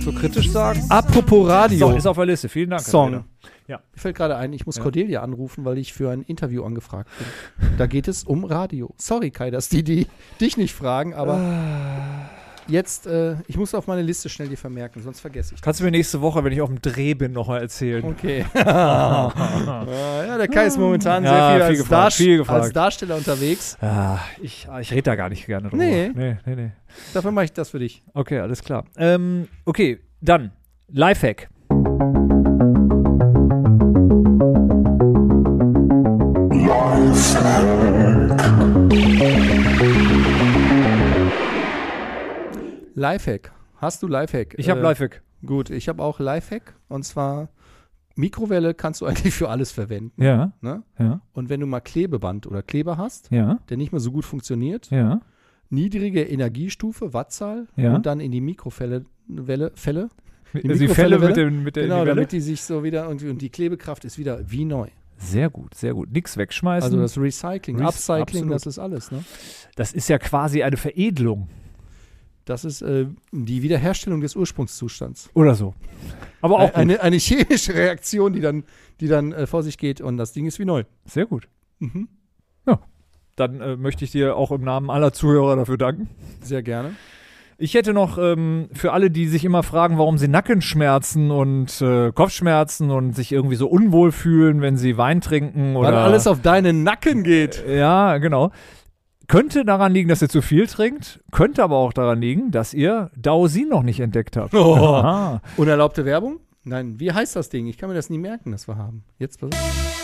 A: so kritisch sagen.
B: Apropos Radio.
A: So, ist auf der Liste. Vielen Dank.
B: Song.
A: Ja.
B: Mir fällt gerade ein, ich muss Cordelia anrufen, weil ich für ein Interview angefragt bin. Da geht es um Radio. Sorry, Kai, dass die, die dich nicht fragen, aber Ah. jetzt, äh, ich muss auf meine Liste schnell die vermerken, sonst vergesse ich.
A: Kannst du mir nächste Woche, wenn ich auf dem Dreh bin, nochmal erzählen?
B: Okay. Ah, ja, der Kai ist momentan
A: Ja,
B: sehr viel,
A: viel
B: als,
A: gefragt,
B: Darst-
A: viel gefragt.
B: als Darsteller unterwegs.
A: Ah, ich ich rede da gar nicht gerne drüber.
B: Nee.
A: nee, nee. nee.
B: Dafür mache ich das für dich.
A: Okay, alles klar. Ähm, okay, dann Lifehack.
B: Lifehack. Hast du Lifehack?
A: Ich habe
B: Äh,
A: Lifehack.
B: Gut, ich habe auch Lifehack. Und zwar, Mikrowelle kannst du eigentlich für alles verwenden.
A: Ja,
B: Ne?
A: ja,
B: Und wenn du mal Klebeband oder Kleber hast,
A: ja,
B: der nicht mehr so gut funktioniert,
A: ja.
B: niedrige Energiestufe, Wattzahl
A: Ja.
B: und dann in die Mikrofälle, Welle, Fälle. Die
A: Also die Fälle
B: Mikrofälle-
A: mit, dem, mit der
B: genau,
A: in die Welle?
B: damit die sich so wieder irgendwie und die Klebekraft ist wieder wie neu.
A: Sehr gut, sehr gut. Nichts wegschmeißen.
B: Also das Recycling,
A: Rec-
B: Upcycling,
A: absolut.
B: das ist alles. Ne?
A: das ist ja quasi eine Veredelung
B: Das ist äh, die Wiederherstellung des Ursprungszustands.
A: oder so. Aber auch
B: Auch
A: gut.
B: eine, eine chemische Reaktion, die dann, die dann äh, vor sich geht und das Ding ist wie neu.
A: sehr gut.
B: Mhm.
A: Ja. Dann äh, möchte ich dir auch im Namen aller Zuhörer dafür danken.
B: Sehr gerne.
A: Ich hätte noch ähm, für alle, die sich immer fragen, warum sie Nackenschmerzen und äh, Kopfschmerzen und sich irgendwie so unwohl fühlen, wenn sie Wein trinken oder
B: Weil alles auf deinen Nacken geht.
A: Ja, genau. Könnte daran liegen, dass ihr zu viel trinkt, könnte aber auch daran liegen, dass ihr Daosin noch nicht entdeckt habt. Aha.
B: Unerlaubte Werbung? Nein, wie heißt das Ding? Ich kann mir das nie merken, das wir haben. Jetzt pass auf.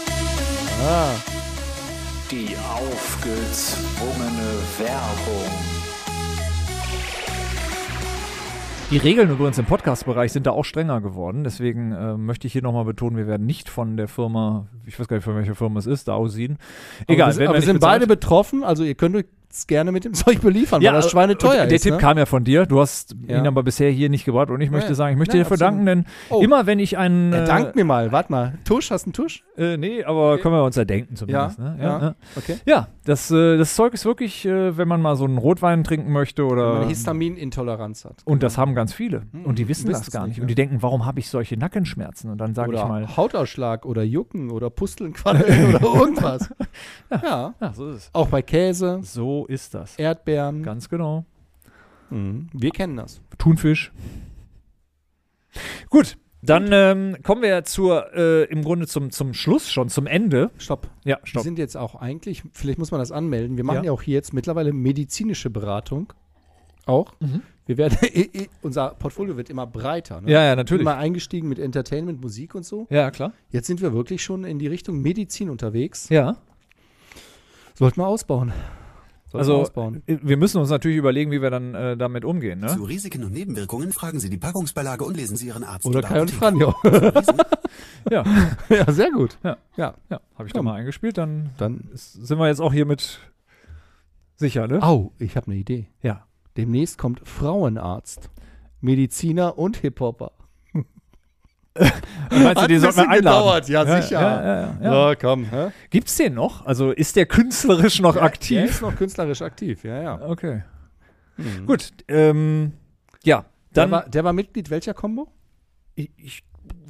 K: Die aufgezwungene Werbung.
A: Die Regeln übrigens im Podcast-Bereich sind da auch strenger geworden. Deswegen äh, möchte ich hier nochmal betonen, wir werden nicht von der Firma, ich weiß gar nicht, von welcher Firma es ist, da aussehen. Egal,
B: aber
A: werden
B: wir, sind- aber wir
A: nicht
B: sind beide
A: bezahlt.
B: betroffen, also ihr könnt euch gerne mit dem Zeug beliefern, weil das
A: äh,
B: Schweine teuer
A: und Der
B: ist.
A: Tipp
B: ne?
A: kam ja von dir. Du hast
B: Ja.
A: ihn aber bisher hier nicht gebracht. Und ich möchte
B: Ja,
A: sagen, ich möchte
B: nein,
A: dir dafür danken,
B: absolut.
A: denn
B: Oh.
A: immer wenn ich einen.
B: ja,
A: äh,
B: dank mir mal, warte mal. Tusch, hast du einen Tusch?
A: Äh, nee, aber können wir uns ja denken zumindest. ne? ja.
B: Okay.
A: Ja, das, äh, das Zeug ist wirklich, äh, wenn man mal so einen Rotwein trinken möchte
B: Wenn man
A: oder.
B: eine Histaminintoleranz hat.
A: Und das haben ganz viele. Und die wissen
B: wissen
A: das
B: es
A: gar nicht.
B: nicht,
A: Und die denken, warum habe ich solche Nackenschmerzen? Und dann sage ich
B: Oder
A: mal.
B: Hautausschlag oder Jucken oder Pustelnquaddeln oder irgendwas. Ja.
A: Ja, so ist es.
B: Auch bei Käse,
A: So ist
B: Ähm.
A: das.
B: Erdbeeren.
A: Ganz genau.
B: Mhm. Wir kennen das.
A: Thunfisch. Gut, dann ähm, kommen wir zur, äh, im Grunde zum, zum Schluss schon, zum Ende.
B: Stopp.
A: Ja,
B: Wir
A: stopp.
B: sind jetzt auch eigentlich, vielleicht muss man das anmelden, wir machen
A: Ja.
B: ja, auch hier jetzt mittlerweile medizinische Beratung. Auch. Wir werden, unser Portfolio wird immer breiter. Ne?
A: Mhm. Ja, ja, natürlich.
B: Immer eingestiegen mit Entertainment, Musik und so.
A: Ja, klar.
B: Jetzt sind wir wirklich schon in die Richtung Medizin unterwegs.
A: Ja.
B: Sollten wir ausbauen. Sollten wir
A: Also,
B: ausbauen.
A: äh, wir müssen uns natürlich überlegen, wie wir dann äh, damit umgehen. Ne?
K: Zu Risiken und Nebenwirkungen fragen Sie die Packungsbeilage und lesen Sie Ihren Arzt.
B: Oder
K: oder
B: Kai und
K: Apotheker.
B: Franjo.
A: äh, Ja,
B: ja, sehr gut.
A: Ja.
B: ja.
A: ja habe ich da mal eingespielt. Dann
B: Dann.
A: ist, sind wir jetzt auch hier mit sicher, ne?
B: Au, ich habe eine Idee.
A: Ja.
B: Demnächst kommt Frauenarzt, Mediziner und Hip-Hopper.
A: Meinst
B: Hat ein bisschen gedauert, ja, sicher.
A: Ja, ja, ja, ja.
B: komm. Hä?
A: Gibt es den noch? Also ist der künstlerisch noch
B: Der
A: aktiv?
B: ist noch künstlerisch aktiv, ja, ja. Hm.
A: Okay. Gut. Ähm, ja,
B: Der
A: dann.
B: war, der war Mitglied welcher Combo?
A: ich ich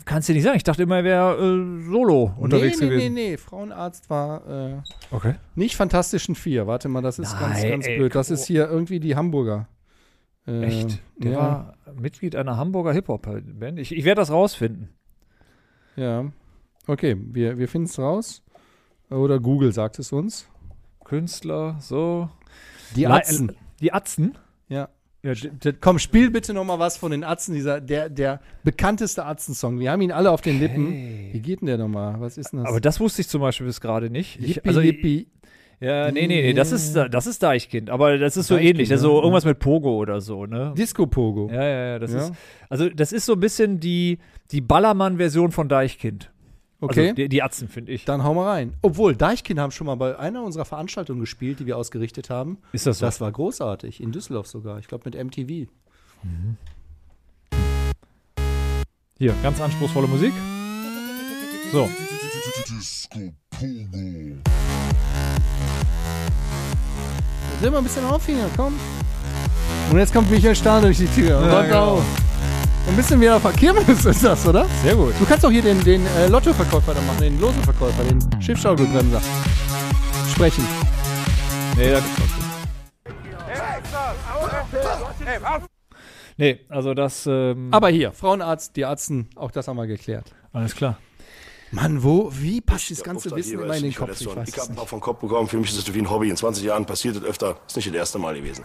A: kann es dir nicht sagen. Ich dachte immer, er wäre äh, solo unterwegs
B: nee, nee,
A: gewesen.
B: nee, nee. Frauenarzt war äh,
A: Okay.
B: nicht Fantastischen Vier. Warte mal, das ist ganz,
A: Nein,
B: ganz
A: ey,
B: blöd. Das
A: oh.
B: ist hier irgendwie die Hamburger. Äh,
A: Echt? Der
B: ja,
A: war Mitglied einer Hamburger Hip-Hop-Band. Ich, ich werde das rausfinden.
B: ja. Okay, wir, wir finden es raus. Oder Google sagt es uns.
A: Künstler, so.
B: Die
A: Le-
B: Atzen.
A: Die Atzen?
B: Ja.
A: Ja, d- d-
B: Komm, spiel bitte noch mal was von den Atzen, dieser, der, der bekannteste Atzen-Song. Wir haben ihn alle auf den Lippen. Wie geht denn der noch mal? Was ist denn das?
A: aber das wusste ich zum Beispiel bis gerade nicht. Ich,
B: Yippie,
A: also,
B: yippie.
A: Ja, nee, nee, nee, das ist, äh, das ist Deichkind. Aber das ist so
B: Deichkind,
A: ähnlich. Das ist
B: ne?
A: so irgendwas mit Pogo oder so, ne?
B: Disco-Pogo.
A: Ja, ja, ja. Das
B: Ja.
A: ist, also, das ist so ein bisschen die, die Ballermann-Version von Deichkind.
B: Okay.
A: Also, die, die Atzen, finde ich.
B: Dann hau mal rein. Obwohl, Deichkind haben schon mal bei einer unserer Veranstaltungen gespielt, die wir ausgerichtet haben.
A: Ist das so?
B: Das war großartig. In Düsseldorf sogar. Ich glaube mit MTV.
A: Hier, ganz anspruchsvolle Musik. So.
B: Nimm mal ein bisschen Aufhänger, komm. Und jetzt kommt Michael Stahl durch die Tür. Und
A: Ja,
B: räumt
A: genau.
B: auf. Ein bisschen wieder Verkehrnis ist das, oder?
A: Sehr gut.
B: Du kannst auch hier den, den äh, Lottoverkäufer da machen, den Losenverkäufer, den Schiffschaukelbremser. Sprechen.
A: Nee, das Nee, also das. Ähm,
B: Aber hier, Frauenarzt, die Arzten, auch das haben wir geklärt.
A: alles klar.
B: Mann, wo, wie passt das ganze
F: Auftraggeber
B: Wissen
F: ist
B: immer in den
F: Michael
B: Kopf? Ich
F: Esson.
B: weiß
F: Ich
B: es
F: habe einen
B: nicht.
F: Bauch vom Kopf bekommen. Für mich ist das wie ein Hobby. In 20 Jahren passiert das öfter. Ist nicht das erste Mal gewesen.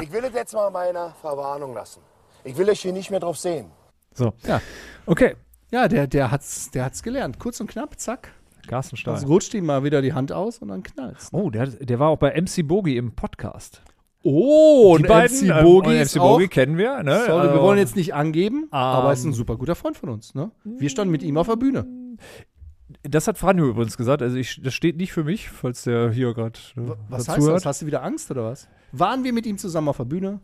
F: ich will es jetzt mal meiner Verwarnung lassen. Ich will euch hier nicht mehr drauf sehen.
A: So.
B: Ja.
A: Okay.
B: Ja, der, der, hat's, der hat's gelernt. Kurz und knapp, zack.
A: Carsten Stahl.
B: Also rutscht ihm mal wieder die Hand aus und dann knallt's.
A: Oh, der, der war auch bei MC Bogi im Podcast.
B: Oh,
A: Die beiden, ähm,
B: Bogi
A: und
B: ist
A: MC Bogi
B: auch-
A: kennen wir. Ne?
B: Sorry, wir
A: Also- Ähm.
B: wollen jetzt nicht angeben, aber er ist ein super guter Freund von uns. Ne? Wir standen mit ihm auf der Bühne.
A: Das hat Franjo übrigens gesagt. Also ich, das steht nicht für mich, falls der hier gerade äh,
B: Was heißt
A: dazu
B: das?
A: hört.
B: Hast du wieder Angst oder was? Waren wir mit ihm zusammen auf der Bühne?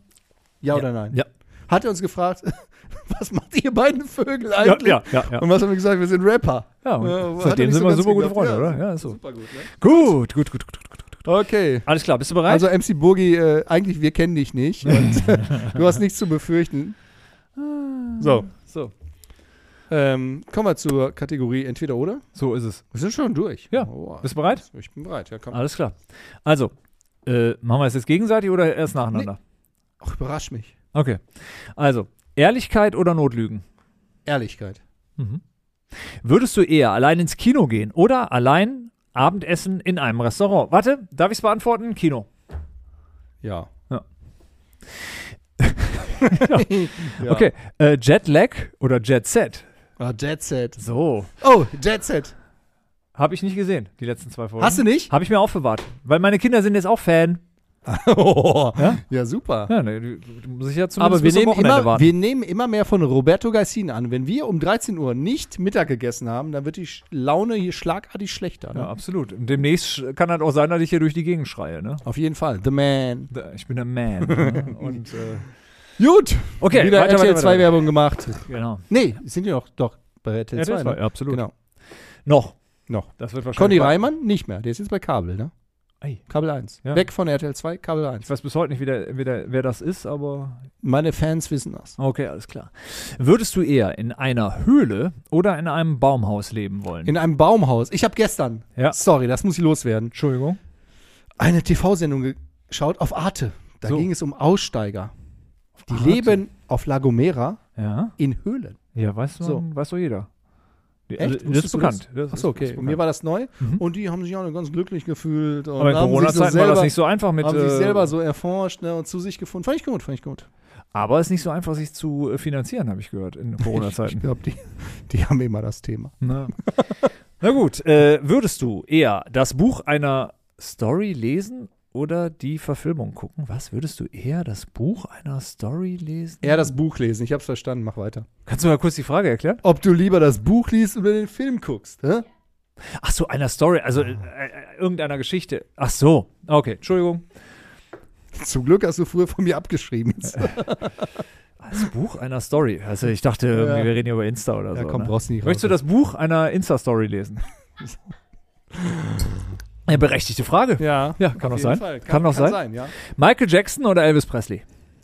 B: Ja, oder nein?
A: Ja.
B: Hat er uns gefragt, was macht ihr beiden Vögel
A: Ja,
B: eigentlich?
A: ja, ja, ja.
B: Und was haben wir gesagt? Wir sind Rapper.
A: Ja, und
B: Äh, hat er
A: seitdem
B: nicht
A: sind wir
B: ganz
A: super gute
B: geglaubt.
A: Freunde, oder? Ja, ist so.
B: Super gut, ne?
A: Gut, gut, gut, gut, gut, gut.
B: Okay.
A: Alles klar, bist du bereit?
B: Also MC Burgi, äh, eigentlich wir kennen dich nicht und du hast nichts zu befürchten. So,
A: so.
B: ähm, kommen wir zur Kategorie entweder oder.
A: so ist es.
B: Wir sind schon durch.
A: Ja.
B: Oh,
A: Bist du bereit?
B: ich bin bereit. Ja, komm.
A: Alles klar. Also, äh, machen wir es jetzt gegenseitig oder erst nacheinander?
B: Ach,
A: Also,
B: überrasch mich.
A: Okay. Also, Ehrlichkeit oder Notlügen?
B: Ehrlichkeit.
A: Würdest du eher allein ins Kino gehen oder allein Abendessen in einem Restaurant? Warte, darf ich es beantworten? Kino.
B: Ja. Ja.
A: Okay. Äh, Jetlag oder Jet Set?
B: Ah, Jet Set.
A: So.
B: Oh, Jet Set.
A: Habe ich nicht gesehen, die letzten zwei Folgen.
B: Hast du nicht?
A: Habe ich mir aufbewahrt. Weil meine Kinder sind jetzt auch Fan.
B: ja? super.
A: Ja, ne, du- du musst dich ja zumindest
B: Aber wir
A: bis zum
B: nehmen,
A: Wochenende
B: immer,
A: warten.
B: wir nehmen immer mehr von Roberto Gaissin an. Wenn wir um 13 Uhr nicht Mittag gegessen haben, dann wird die Sch- Laune hier schlagartig schlechter. Ne?
A: ja, absolut. Und demnächst sch- kann halt auch sein, dass ich hier durch die Gegend schreie. Ne?
B: Auf jeden Fall. The Man.
A: Da- Ich bin der Man. ne? Und, äh,
B: Gut.
A: okay,
B: Wieder
A: weiter,
B: RTL
A: weiter,
B: 2
A: weiter.
B: Werbung gemacht.
A: Genau.
B: Nee, sind die noch doch bei RTL 2.
A: RTL 2,
B: ne?
A: ja, absolut.
B: Genau.
A: Noch.
B: Noch.
A: Das wird wahrscheinlich.
B: Conny Reimann nicht mehr. Der ist jetzt bei Kabel, ne?
A: Ey.
B: Kabel 1.
A: Ja.
B: Weg von RTL 2, Kabel 1.
A: Ich weiß bis heute nicht, wie der, wie der, wer das ist, aber.
B: Meine Fans wissen das.
A: Okay, alles klar. Würdest du eher in einer Höhle oder in einem Baumhaus leben wollen?
B: In einem Baumhaus. Ich habe gestern,
A: Ja.
B: sorry, das muss ich loswerden,
A: Entschuldigung.
B: eine TV-Sendung geschaut auf Arte. Da
A: So.
B: ging es um Aussteiger. Die
A: Arte?
B: leben auf La Gomera
A: Ja.
B: in Höhlen.
A: Ja, weiß, man,
B: So.
A: weiß doch jeder. Die-
B: Echt?
A: das ist
B: Wusstest du das?
A: bekannt. Das
B: Achso,
A: ist- das
B: okay.
A: ist
B: Mir
A: bekannt. Mhm.
B: war das neu und die haben sich auch ganz glücklich gefühlt. Und
A: aber in
B: haben sich so
A: Corona-Zeiten war
B: selber-
A: das nicht so einfach mit.
B: haben sich
A: äh,
B: selber so erforscht ne, und zu sich gefunden. Fand ich gut, fand ich gut.
A: Aber es ist nicht so einfach, sich zu äh, finanzieren, habe ich gehört, in
B: Ich
A: Corona-Zeiten.
B: glaube, die, die haben immer das Thema.
A: Na. Na gut, äh, würdest du eher das Buch einer Story lesen oder die Verfilmung gucken? Was würdest du eher das Buch einer Story lesen?
B: Eher das Buch lesen, ich hab's verstanden, mach weiter.
A: Kannst du mal kurz die Frage erklären?
B: Ob du lieber das Buch liest oder den Film guckst, hä?
A: Ach so, einer Story, also äh, äh, irgendeiner Geschichte. Ach so, okay, Entschuldigung.
B: Zum Glück hast du früher von mir abgeschrieben.
A: Das Buch einer Story. Also ich dachte,
B: Ja.
A: wir reden hier über Insta oder
B: Ja,
A: so.
B: komm,
A: ne?
B: brauchst du nicht raus.
A: Möchtest du das Buch einer Insta-Story lesen? Eine berechtigte Frage.
B: Ja,
A: Ja, kann
B: auf
A: auch
B: jeden
A: sein.
B: Fall.
A: Kann auch sein.
B: ja.
A: Michael Jackson oder Elvis Presley?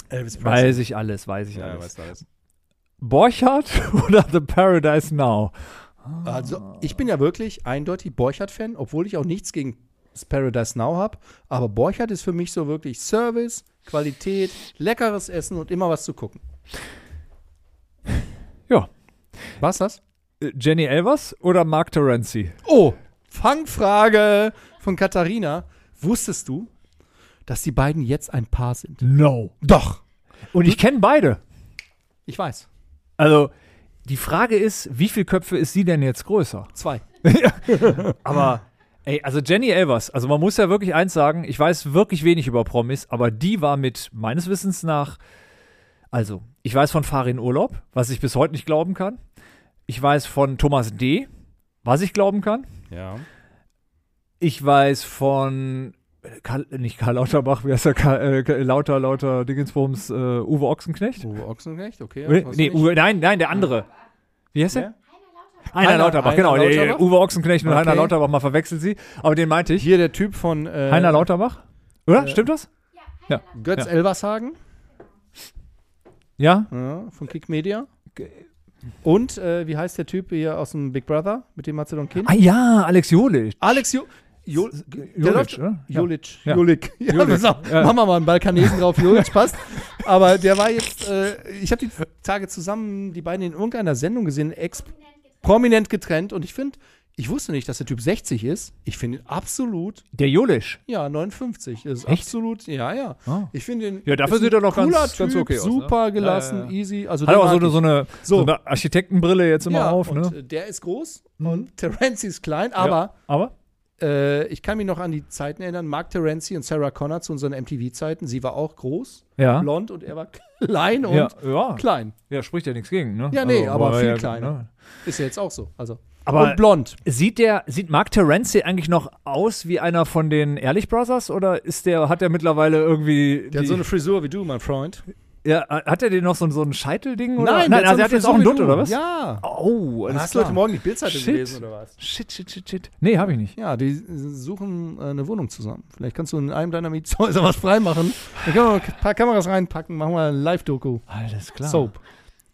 B: Elvis
A: Weiß ich alles, weiß ich
B: Ja,
A: alles.
B: weißt du alles.
A: Borchardt oder The Paradise Now?
B: Also, ich bin ja wirklich eindeutig Borchardt-Fan, obwohl ich auch nichts gegen das Paradise Now habe. Aber Borchardt ist für mich so wirklich Service, Qualität, leckeres Essen und immer was zu gucken.
A: Ja.
B: Was das?
A: Äh, Jenny Elvers oder Mark Terenzi?
B: Oh, Fangfrage von Katharina. Wusstest du, dass die beiden jetzt ein Paar sind?
A: No.
B: Doch.
A: Und ich kenne beide.
B: Ich weiß.
A: Also, die Frage ist, wie viele Köpfe ist sie denn jetzt größer?
B: Zwei.
A: Aber, ey, also Jenny Elvers, also man muss ja wirklich eins sagen, ich weiß wirklich wenig über Promis, aber die war mit meines Wissens nach, also, ich weiß von Farin Urlaub, was ich bis heute nicht glauben kann. Ich weiß von Thomas D., was ich glauben kann.
B: Ja.
A: Ich weiß von äh, Karl, nicht Karl Lauterbach, wie heißt er? Karl, äh, Karl- Lauter, Lauter Dingsbums, äh, Uwe Ochsenknecht?
B: Uwe Ochsenknecht, okay.
A: Oder?
B: hast du
A: nee,
B: nicht.
A: Uwe, nein, nein, der andere. Wie heißt der? Heiner,
B: Heiner-
A: Lauterbach,
B: Heiner
A: genau. der-
B: Lauterbach?
A: Uwe Ochsenknecht und
B: Okay.
A: Heiner Lauterbach, mal verwechselt sie. Aber den meinte ich.
B: Hier der Typ von äh,
A: Heiner Lauterbach? Oder? Stimmt das?
B: Götz
A: Ja.
B: Elvershagen
A: Ja?
B: ja, von Kick Media. Und äh, wie heißt der Typ hier aus dem Big Brother? Mit dem hat sie doch ein Kind.
A: Ah ja, Alex Jolich.
B: Alex jo jo der läuft-
A: Jolic, oder? Ja.
B: Jolic.
A: Ja.
B: Jolic. Ja,
A: Jolic.
B: pass auf.
A: Ja.
B: Machen wir mal einen Balkanesen drauf. Jolic passt. Aber der war jetzt, äh, ich habe die Tage zusammen die beiden in irgendeiner Sendung gesehen, ex prominent getrennt. Und ich finde, ich wusste nicht, dass der Typ 60 ist. Ich finde ihn absolut,
A: Der Jolich.
B: ja, 59. Ist
A: Echt?
B: absolut, ja, ja.
A: Ah.
B: Ich finde ihn.
A: Ja, dafür
B: ist ein
A: sieht er noch ganz-
B: cooler
A: ganz
B: typ,
A: okay aus, ne?
B: Super gelassen,
A: Ja, ja, ja.
B: easy. Also
A: Hat
B: den
A: auch so
B: mag
A: eine,
B: ich.
A: so, eine, so.
B: So.
A: eine Architektenbrille jetzt immer
B: ja,
A: auf,
B: und,
A: ne? Mhm.
B: äh, Der ist groß und Terence ist klein, aber
A: ja. aber?
B: äh, ich kann mich noch an die Zeiten erinnern, Mark Terenzi und Sarah Connor zu unseren MTV-Zeiten. Sie war auch groß,
A: Ja.
B: blond und er war klein und
A: Ja, ja.
B: klein.
A: ja, spricht ja nichts gegen, ne?
B: Ja, nee, aber
A: war
B: viel
A: ja-
B: kleiner.
A: ne?
B: Ist ja jetzt auch so. Also.
A: Aber-
B: und blond.
A: Sieht der, sieht Mark Terenzi eigentlich noch aus wie einer von den Ehrlich Brothers oder ist der, hat er mittlerweile irgendwie.
B: Der
A: die-
B: hat so eine Frisur wie du, mein Freund.
A: ja, äh, hat er den noch so, so ein Scheitelding oder? nein
B: der
A: also er hat
B: so
A: jetzt auch
B: eine
A: einen Dutt
B: Frisur wie du.
A: oder was?
B: Ja.
A: Oh, alles
B: Hast du
A: klar.
B: heute Morgen die Bildzeitung
A: Shit.
B: gelesen oder was?
A: Shit, shit, shit, shit. Nee, habe ich nicht.
B: Ja, die suchen äh, eine Wohnung zusammen. Vielleicht kannst du in einem deiner Mietshäuser was freimachen. Dann können wir noch ein paar Kameras reinpacken, machen wir eine Live-Doku.
A: Alles klar.
B: Soap.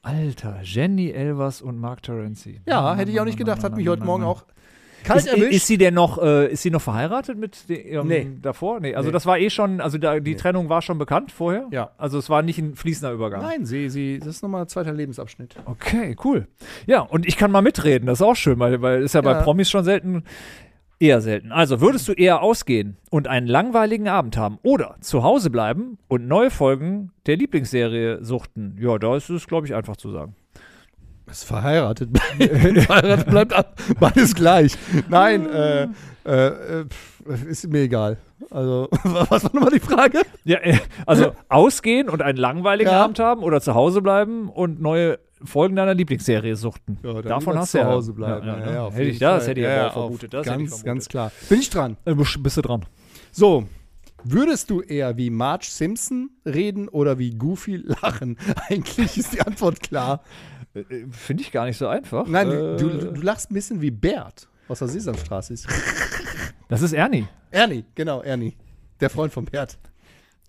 A: Alter, Jenny Elvers und Mark Terenzi.
B: Ja,
A: Mann,
B: hätte ich auch
A: Mann,
B: nicht
A: Mann,
B: gedacht.
A: Mann,
B: Hat mich
A: Mann,
B: heute
A: Mann,
B: Morgen
A: Mann.
B: auch kalt
A: ist,
B: erwischt.
A: Ist sie denn noch, äh, ist sie noch verheiratet mit de- ihrem
B: Nee.
A: davor? Nee, also
B: Nee.
A: das war eh schon, also da, die Trennung war schon bekannt vorher?
B: Ja.
A: Also es war nicht ein fließender Übergang.
B: Nein, sie, sie, das ist nochmal ein zweiter Lebensabschnitt.
A: Okay, cool. Ja, und ich kann mal mitreden, das ist auch schön, weil, weil ist ja, bei
B: Ja.
A: Promis schon selten, eher selten. Also würdest du eher ausgehen und einen langweiligen Abend haben oder zu Hause bleiben und neue Folgen der Lieblingsserie suchten? Ja, da ist es, glaube ich, einfach zu sagen.
B: Ist verheiratet. verheiratet Ah. bleibt ab. Beides gleich. Nein, äh, äh, äh, pff, ist mir egal. Also, was war nochmal die Frage?
A: Ja, äh, also ausgehen und einen langweiligen
B: Ja.
A: Abend haben oder zu Hause bleiben und neue Folgen deiner Lieblingsserie suchten.
B: Ja, dann
A: Davon
B: lieber
A: hast du
B: zu
A: ja-
B: Hause bleiben.
A: Ja, ja,
B: Ja, ja,
A: ja.
B: auf
A: hätte ich
B: jeden
A: ja, das
B: Fall.
A: hätte ich
B: Ja,
A: ja,
B: ja,
A: vermutet.
B: auf
A: Das hätte ich
B: ganz,
A: vermutet.
B: ganz klar. Bin ich dran.
A: Äh, bist- bist du dran?
B: So, würdest du eher wie Marge Simpson reden oder wie Goofy lachen? Eigentlich ist die Antwort klar.
A: Finde ich gar nicht so einfach.
B: Nein,
A: äh,
B: du, du, du lachst ein bisschen wie Bert aus der Sesamstraße ist.
A: das ist Ernie.
B: Ernie, genau, Ernie. Der Freund von Bert.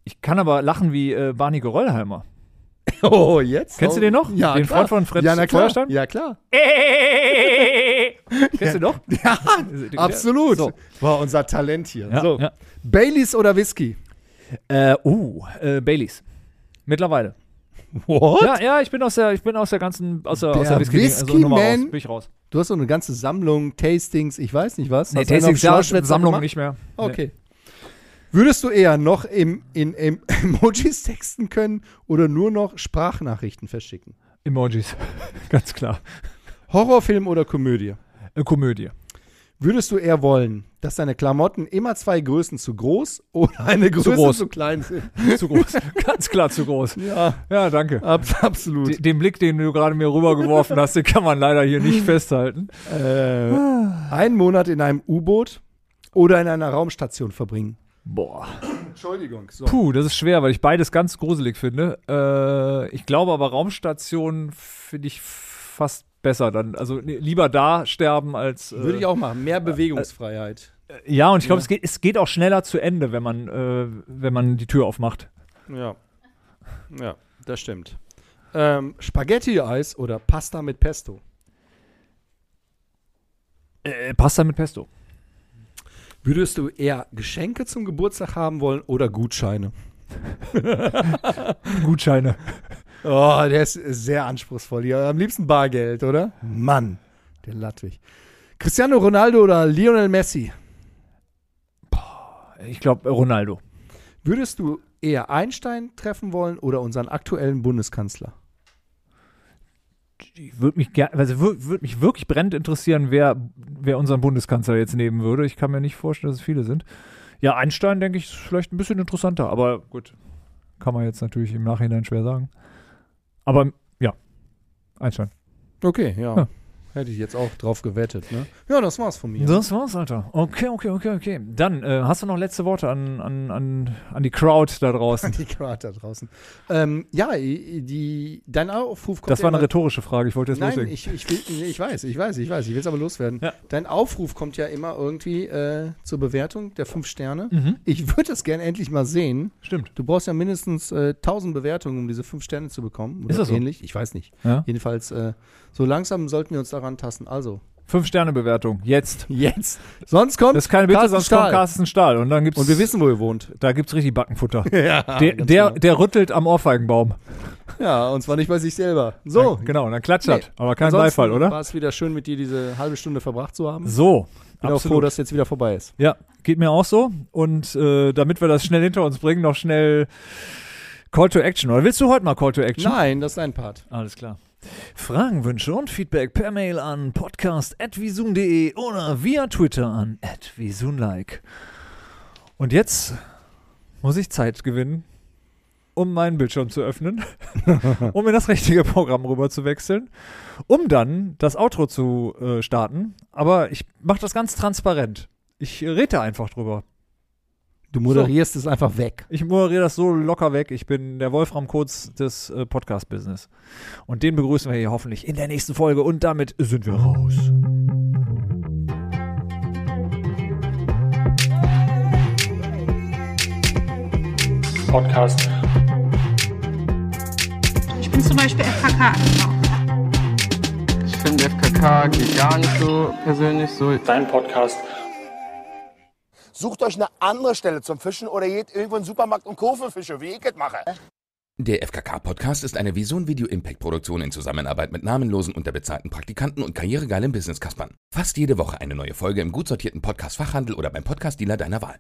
A: Ich kann aber lachen wie äh, Barney Geröllheimer.
B: Oh, jetzt?
A: Kennst du den noch?
B: Ja,
A: Den
B: klar.
A: Freund von Fritz
B: ja, na klar.
A: Feuerstein?
B: Ja, klar.
A: Kennst du doch?
B: Ja, absolut.
A: So.
B: War unser Talent hier.
A: Ja,
B: so.
A: ja.
B: Baileys oder Whisky?
A: Äh, uh, äh, Baileys. Mittlerweile.
B: What?
A: Ja, ja, ich bin aus der, ich bin aus der ganzen, aus der, aus
B: Der
A: der Whisky, also Nummer raus,
B: Whisky-Man?
A: bin ich raus.
B: Du hast so eine ganze Sammlung, Tastings, ich weiß nicht was.
A: Nee,
B: Hast du einen auf
A: Tastings, ja,
B: Schlauchschwätzer
A: Sammlung
B: gemacht?
A: nicht mehr.
B: Okay. Würdest du eher noch im, in, im Emojis texten können oder nur noch Sprachnachrichten verschicken?
A: Nee. Emojis. Ganz klar.
B: Horrorfilm oder Komödie?
A: Äh, Komödie.
B: Würdest du eher wollen, dass deine Klamotten immer zwei Größen zu groß oder eine Größe zu,
A: groß.
B: klein sind?
A: Zu groß. Ganz klar zu groß.
B: Ja,
A: Ja, danke.
B: ab, absolut.
A: D- Den Blick, den du gerade mir rübergeworfen hast, den kann man leider hier nicht festhalten.
B: äh, ein Monat in einem U-Boot oder in einer Raumstation verbringen.
A: Boah.
B: Entschuldigung. So.
A: Puh, das ist schwer, weil ich beides ganz gruselig finde. Äh, ich glaube aber Raumstation finde ich fast besser dann. Also nee, lieber da sterben als. Äh,
B: Würde ich auch machen. Mehr Bewegungsfreiheit.
A: Ja, und ich glaube, es, geht, es geht auch schneller zu Ende, wenn man, äh, wenn man die Tür aufmacht.
B: äh, Ja. Ja, das stimmt. Ähm, Spaghetti-Eis oder Pasta mit Pesto?
A: Äh, Pasta mit Pesto.
B: Würdest du eher Geschenke zum Geburtstag haben wollen oder Gutscheine?
A: Gutscheine.
B: Oh, der ist sehr anspruchsvoll hier. Am liebsten Bargeld, oder? Mann, der Ludwig. Cristiano Ronaldo oder Lionel Messi?
A: Ich glaube, Ronaldo.
B: Würdest du eher Einstein treffen wollen oder unseren aktuellen Bundeskanzler?
A: Würde mich, ger- also wür- würd mich wirklich brennend interessieren, wer, wer unseren Bundeskanzler jetzt nehmen würde. Ich kann mir nicht vorstellen, dass es viele sind. Ja, Einstein, denke ich, ist vielleicht ein bisschen interessanter, aber gut. Kann man jetzt natürlich im Nachhinein schwer sagen. Aber ja, Einstein.
B: Okay,
A: Ja.
B: Hätte ich jetzt auch drauf gewettet, ne? Ja, das war's von mir.
A: Das war's, Alter. Okay, okay, okay, okay. Dann äh, hast du noch letzte Worte an, an, an, an die Crowd da draußen.
B: Die Crowd da draußen. Ähm, ja, i- die, dein Aufruf kommt
A: Das war
B: ja
A: eine
B: immer-
A: rhetorische Frage. Ich wollte jetzt
B: Nein,
A: loslegen.
B: ich, ich, will, nee, ich weiß, ich weiß, ich weiß, ich will es aber loswerden.
A: Ja.
B: Dein Aufruf kommt ja immer irgendwie äh, zur Bewertung der fünf Sterne.
A: Mhm.
B: Ich würde das gerne endlich mal sehen.
A: Stimmt.
B: Du brauchst ja mindestens äh, 1000 Bewertungen, um diese fünf Sterne zu bekommen. Oder
A: Ist das so?
B: ähnlich? Ich weiß nicht.
A: Ja.
B: Jedenfalls, äh, so langsam sollten wir uns daran tasten. Also,
A: Fünf-Sterne-Bewertung. Jetzt.
B: jetzt. Sonst kommt
A: Das ist keine Bitte,
B: Carsten
A: sonst
B: Stahl.
A: kommt Carsten Stahl. Und dann gibt's,
B: Und wir wissen, wo ihr wohnt.
A: da gibt's richtig Backenfutter.
B: Ja, genau.
A: der, der, der rüttelt am Ohrfeigenbaum.
B: ja, und zwar nicht bei sich selber. So,
A: Dann, genau, dann klatscht er.
B: Nee.
A: Aber kein Beifall, oder?
B: War es wieder schön, mit dir diese halbe Stunde verbracht zu haben.
A: So.
B: Bin auch froh, dass jetzt wieder vorbei ist.
A: ja, geht mir auch so. Und äh, damit wir das schnell hinter uns bringen, noch schnell Call to Action. Oder willst du heute mal Call to Action?
B: Nein, das ist dein Part.
A: Alles klar. Fragen, Wünsche und Feedback per Mail an podcast.visun.de oder via Twitter an visunlike. Und jetzt muss ich Zeit gewinnen, um meinen Bildschirm zu öffnen, um in das richtige Programm rüber zu wechseln, um dann das Outro zu äh, starten. Aber ich mache das ganz transparent. Ich rede einfach drüber.
B: Du moderierst es einfach weg.
A: Ich moderiere das so locker weg. Ich bin der Wolfram Kurz des äh, Podcast-Business. Und den begrüßen wir hier hoffentlich in der nächsten Folge. Und damit sind wir raus.
C: Podcast.
D: Ich bin zum Beispiel FKK angekommen.
E: Ich finde FKK geht gar nicht so persönlich so.
C: Dein Podcast.
F: Sucht euch eine andere Stelle zum Fischen oder geht irgendwo in den Supermarkt und kauft Fische, wie ich es mache.
L: Der FKK-Podcast ist eine Vision Video Impact Produktion in Zusammenarbeit mit namenlosen, unterbezahlten Praktikanten und karrieregeilen Business-Kaspern. Fast jede Woche eine neue Folge im gut sortierten Podcast-Fachhandel oder beim Podcast-Dealer deiner Wahl.